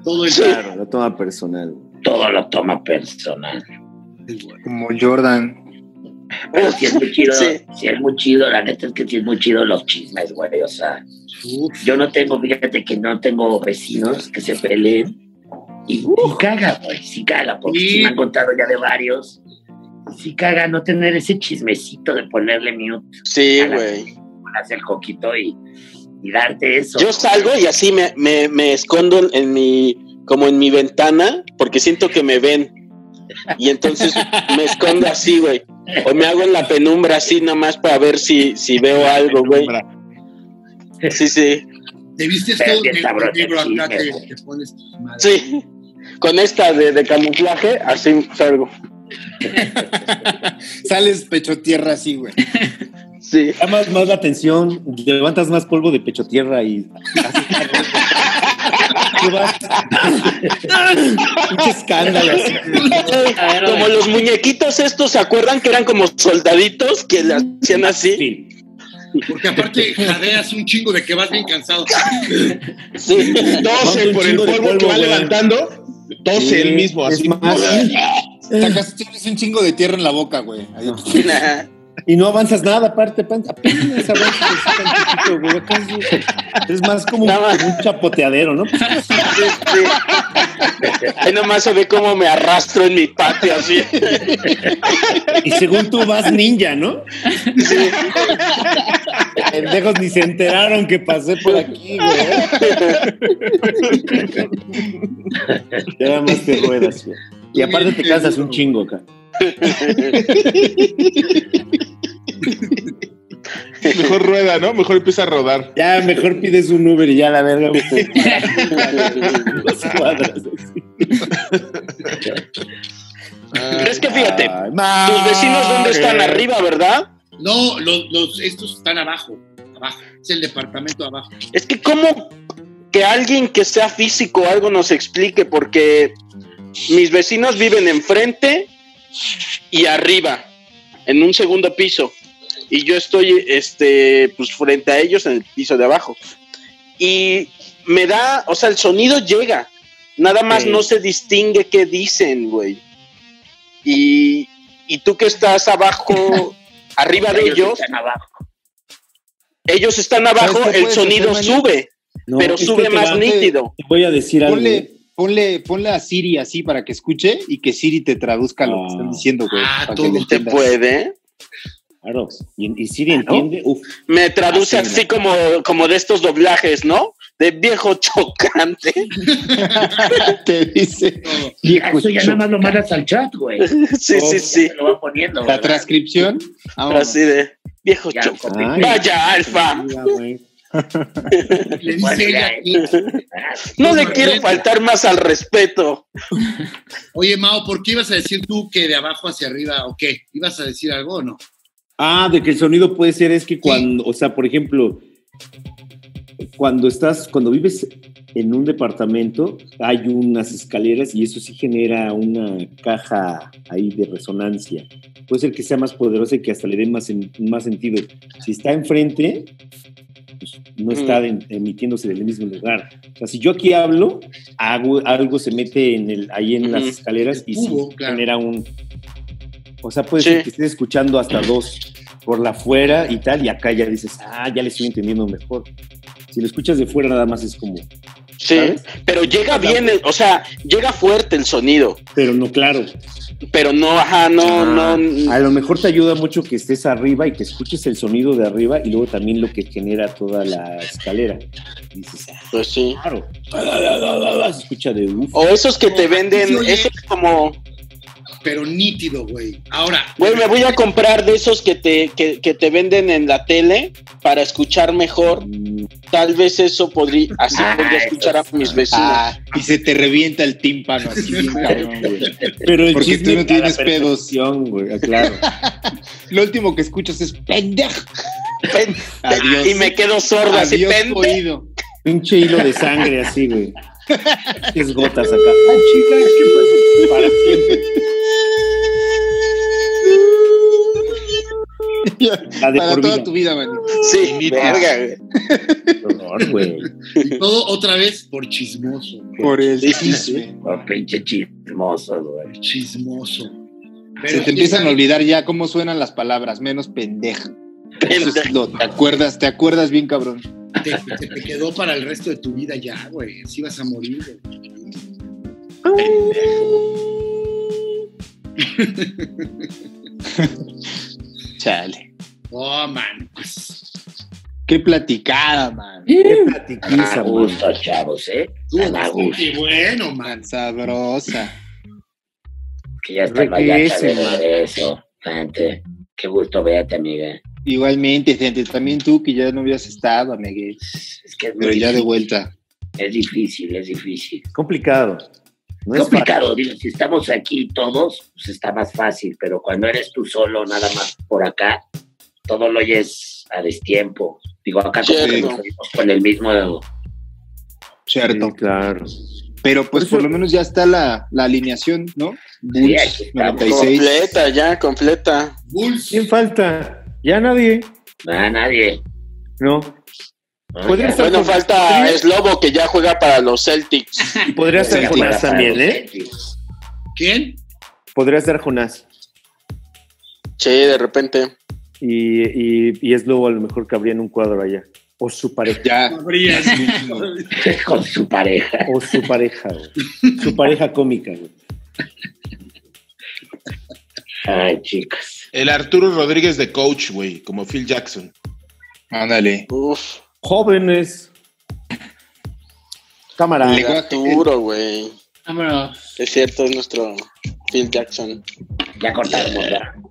S3: Todo
S1: Sí.
S3: claro, lo toma personal. güey.
S4: Todo lo toma personal.
S5: Como Jordan.
S4: Pero si es muy chido,
S1: Sí.
S4: si es muy chido, la neta es que si es muy chido los chismes, güey. O sea, yo no tengo, fíjate que no tengo vecinos que se peleen. Y, y caga, güey, sí caga, porque sí me han contado ya de varios. Sí caga no tener ese chismecito de ponerle mute
S1: Sí,
S4: A la-
S1: güey.
S4: para hacer coquito y, y darte eso.
S1: Yo salgo y así me, me, me escondo en, en mi, como en mi ventana, porque siento que me ven. Y entonces me escondo así, güey. O me hago en la penumbra así nomás para ver si, si veo algo, güey. Sí, sí.
S10: Te vistes
S4: Pero
S10: todo
S4: bien
S10: negro,
S4: sabroso,
S10: negro
S4: sí,
S10: acá, te,
S4: pero-
S10: te pones tus madres.
S1: Sí. Con esta de, de camuflaje, así salgo.
S5: Sales pecho tierra así, güey.
S1: Sí.
S3: Llamas más la atención, levantas más polvo de pecho tierra y. Tú vas- Pinche escándalo. así.
S6: ver,
S1: Como los muñequitos estos, ¿se acuerdan que eran como soldaditos que le hacían así?
S3: Sí.
S10: Porque aparte jadeas un chingo de que vas bien cansado.
S1: Sí.
S7: Tose
S3: un
S7: por el
S3: chingo de
S7: polvo, que
S3: polvo,
S7: va
S3: güey.
S7: levantando. Tose
S3: Sí,
S7: él mismo,
S3: es
S7: así.
S3: más,
S5: Sacas, tienes un chingo de tierra en la boca, güey. Ahí.
S3: Y no avanzas nada, aparte, pan- apenas avanzas tantito, güey, acá es- Es más como un,
S1: Nada más.
S3: un chapoteadero, ¿no?
S1: Sí. Este, Ahí nomás se ve cómo me arrastro en mi patio así.
S3: Y según tú vas ninja, ¿no? Pendejos ni se enteraron que pasé por aquí, güey. Ya nada más te ruedas, güey. Y aparte te cansas un chingo acá.
S7: Mejor rueda, ¿no? Mejor empieza a rodar.
S3: Ya mejor pides un Uber y ya la verga, güey. te- Las cuadras.
S2: Ah.
S1: Es que fíjate,
S3: Ay, Ah,
S1: tus vecinos dónde están
S3: madre.
S1: arriba, ¿verdad?
S10: No, los, los- estos están abajo, abajo. Es el departamento abajo.
S1: Es que como que alguien que sea físico o algo nos explique, porque mis vecinos viven enfrente y arriba, en un segundo piso, y yo estoy este, pues, frente a ellos en el piso de abajo. Y me da, o sea, el sonido llega, nada más
S3: Sí.
S1: no se distingue qué dicen, güey. Y, y tú que estás abajo, arriba de ellos,
S4: están abajo.
S1: ellos están abajo,
S5: ¿Sabes qué
S1: el
S5: puedes
S1: sonido
S5: hacer, Maña?
S1: sube
S3: No,
S1: pero
S3: es que
S1: sube
S3: te
S1: más
S3: va-
S1: nítido.
S3: Te voy a decir algo.
S5: Ponle, ponle, ponle a Siri así para que escuche y que Siri te traduzca lo
S3: Ah.
S5: que están diciendo, güey.
S10: Ah,
S5: para que
S10: todo
S5: le
S10: te
S1: ¿Se
S5: entiendas.
S1: puede?
S3: Claro. Y, y Siri entiende. Uf,
S1: Me traduce
S3: Ah, sí,
S1: así como, como de estos doblajes, ¿no? De viejo chocante.
S5: Te dice.
S10: Todo.
S4: Ah,
S5: Viejo
S8: Eso ya nada
S5: chulo.
S8: más lo mandas al chat, güey.
S1: Sí, sí, sí.
S4: Te lo va poniendo.
S5: La
S4: ¿verdad?
S5: transcripción. vámonos.
S1: Así de viejo
S4: Ya,
S1: chocante.
S4: copia.
S3: Ay.
S1: Vaya, Alfa.
S3: mira, güey.
S10: Le
S4: Bueno,
S10: dice
S4: ya,
S10: ella que,
S4: Ah,
S1: No
S10: Tú,
S1: le
S10: Marlene.
S1: quiero faltar más al respeto.
S10: oye, Mao, ¿por qué ibas a decir tú que de abajo hacia arriba o qué? ¿Ibas a decir algo o no?
S3: Ah, de que el sonido puede ser es que cuando, o sea, por ejemplo, cuando estás, cuando vives en un departamento, hay unas escaleras y eso sí genera una caja ahí de resonancia. Puede ser que sea más poderosa y que hasta le dé más, sen- más sentido. Si está enfrente, pues, no está en- emitiéndose del mismo lugar. O sea, si yo aquí hablo, hago, algo se mete en el, ahí en las
S1: Ujú.
S3: escaleras y sí
S10: Hubo, claro.
S3: genera un... O sea, puede
S1: Sí.
S3: ser que estés escuchando hasta dos por la fuera y tal, y acá ya dices, ah, ya le estoy entendiendo mejor. Si lo escuchas de fuera, nada más es como,
S1: Sí,
S3: ¿Sabes?
S1: pero llega bien, el- o sea, llega fuerte el sonido,
S3: pero no claro.
S1: pero no, ajá, no,
S3: Ah,
S1: no.
S3: A lo mejor te ayuda mucho que estés arriba y que escuches el sonido de arriba y luego también lo que genera toda la escalera. Y dices, ah,
S1: Pues sí.
S3: claro. Se escucha de uf.
S1: O esos que te
S10: Sí,
S1: venden,
S10: oye.
S1: esos como,
S10: Pero nítido, güey. Ahora,
S1: güey, me voy a comprar de esos que te, que, que te venden en la tele para escuchar mejor.
S3: Mm,
S1: Tal vez eso podría, así
S4: Ah,
S1: podría escuchar a
S4: eso
S1: mis vecinos.
S5: Ah, y se te revienta el tímpano así, bien cabrón, güey.
S3: Pero el
S5: Porque
S3: chisme
S5: tú no
S3: a
S5: tienes
S3: la
S5: pedos.
S3: perfección, güey, ah, claro.
S5: Lo último que escuchas es pendejo.
S1: Pen-
S5: Adiós.
S1: y me quedo sordo así,
S5: Adiós,
S1: pende-
S5: oído.
S3: Pinche hilo de sangre así, güey. Es gotas acá. Ay, chica, pues, ¿qué pasa? Para siempre. La de
S5: Para
S3: por
S5: toda
S3: vida.
S5: tu vida, man.
S1: Sí, verga, güey.
S3: Qué horror, güey.
S10: todo otra vez por chismoso, güey.
S5: Por el
S1: Sí, sí,
S5: chisme.
S4: oh, pinche chismoso, güey.
S10: Chismoso.
S5: Se
S10: Pero
S5: te empiezan a olvidar ya cómo suenan las palabras, menos pendeja. Eso es lo- te acuerdas, te acuerdas bien, cabrón.
S10: te, te- te quedó para el resto de tu vida ya, güey. Así vas a morir, güey.
S5: Chale.
S10: Oh, man. pues,
S5: Qué platicada, man.
S9: Qué platiquiza,
S4: A gusto, chavos, ¿eh? Tan a gusto.
S10: Y bueno, man.
S5: Tan sabrosa.
S4: Que ya estaba ya
S9: Regresen,
S4: de regreso. Fante, qué gusto verte, amiga.
S5: Igualmente, gente, también tú que ya no habías estado, amiguel.
S4: Es que es,
S5: Pero
S4: muy
S5: ya de
S4: difícil,
S5: vuelta.
S4: es difícil, es difícil.
S3: Complicado. No es
S4: Complicado, digo, si estamos aquí todos, pues está más fácil, pero cuando eres tú solo, nada más por acá, todo lo oyes a destiempo. Digo, acá como que
S1: Cierto.
S4: nos oímos con el mismo...
S5: Cierto.
S3: fácil. Sí, claro.
S5: Pero pues por lo menos ya está la, la alineación, ¿no?
S4: Sí, aquí estamos.
S5: 96.
S1: Completa, ya, completa.
S10: Bulls.
S3: ¿Quién falta? Ya nadie.
S4: No, a nadie.
S3: No.
S4: ¿no?
S3: Podría
S4: Ya.
S3: estar
S1: Bueno,
S3: con-
S1: falta Slobo que ya juega para los Celtics.
S3: Y podría estar
S4: Ya
S3: Jonás
S4: para
S3: también,
S4: los
S3: ¿eh?
S4: Celtics.
S10: ¿Quién?
S3: Podría estar Jonás.
S1: Sí, de repente.
S3: Y, y, y es luego a lo mejor cabría en un cuadro allá. O su pareja.
S5: Ya.
S10: Abrías.
S3: ¿eh?
S4: Con su pareja.
S3: O su pareja, güey. Su pareja cómica, güey.
S4: Ay, chicos.
S7: El Arturo Rodríguez de coach, güey, como Phil Jackson.
S5: Ándale.
S1: Uf,
S3: Jóvenes. Cámara.
S5: Le-
S1: duro, güey.
S6: Vámonos.
S1: Es cierto, es nuestro Phil Jackson.
S4: Ya cortamos, ya.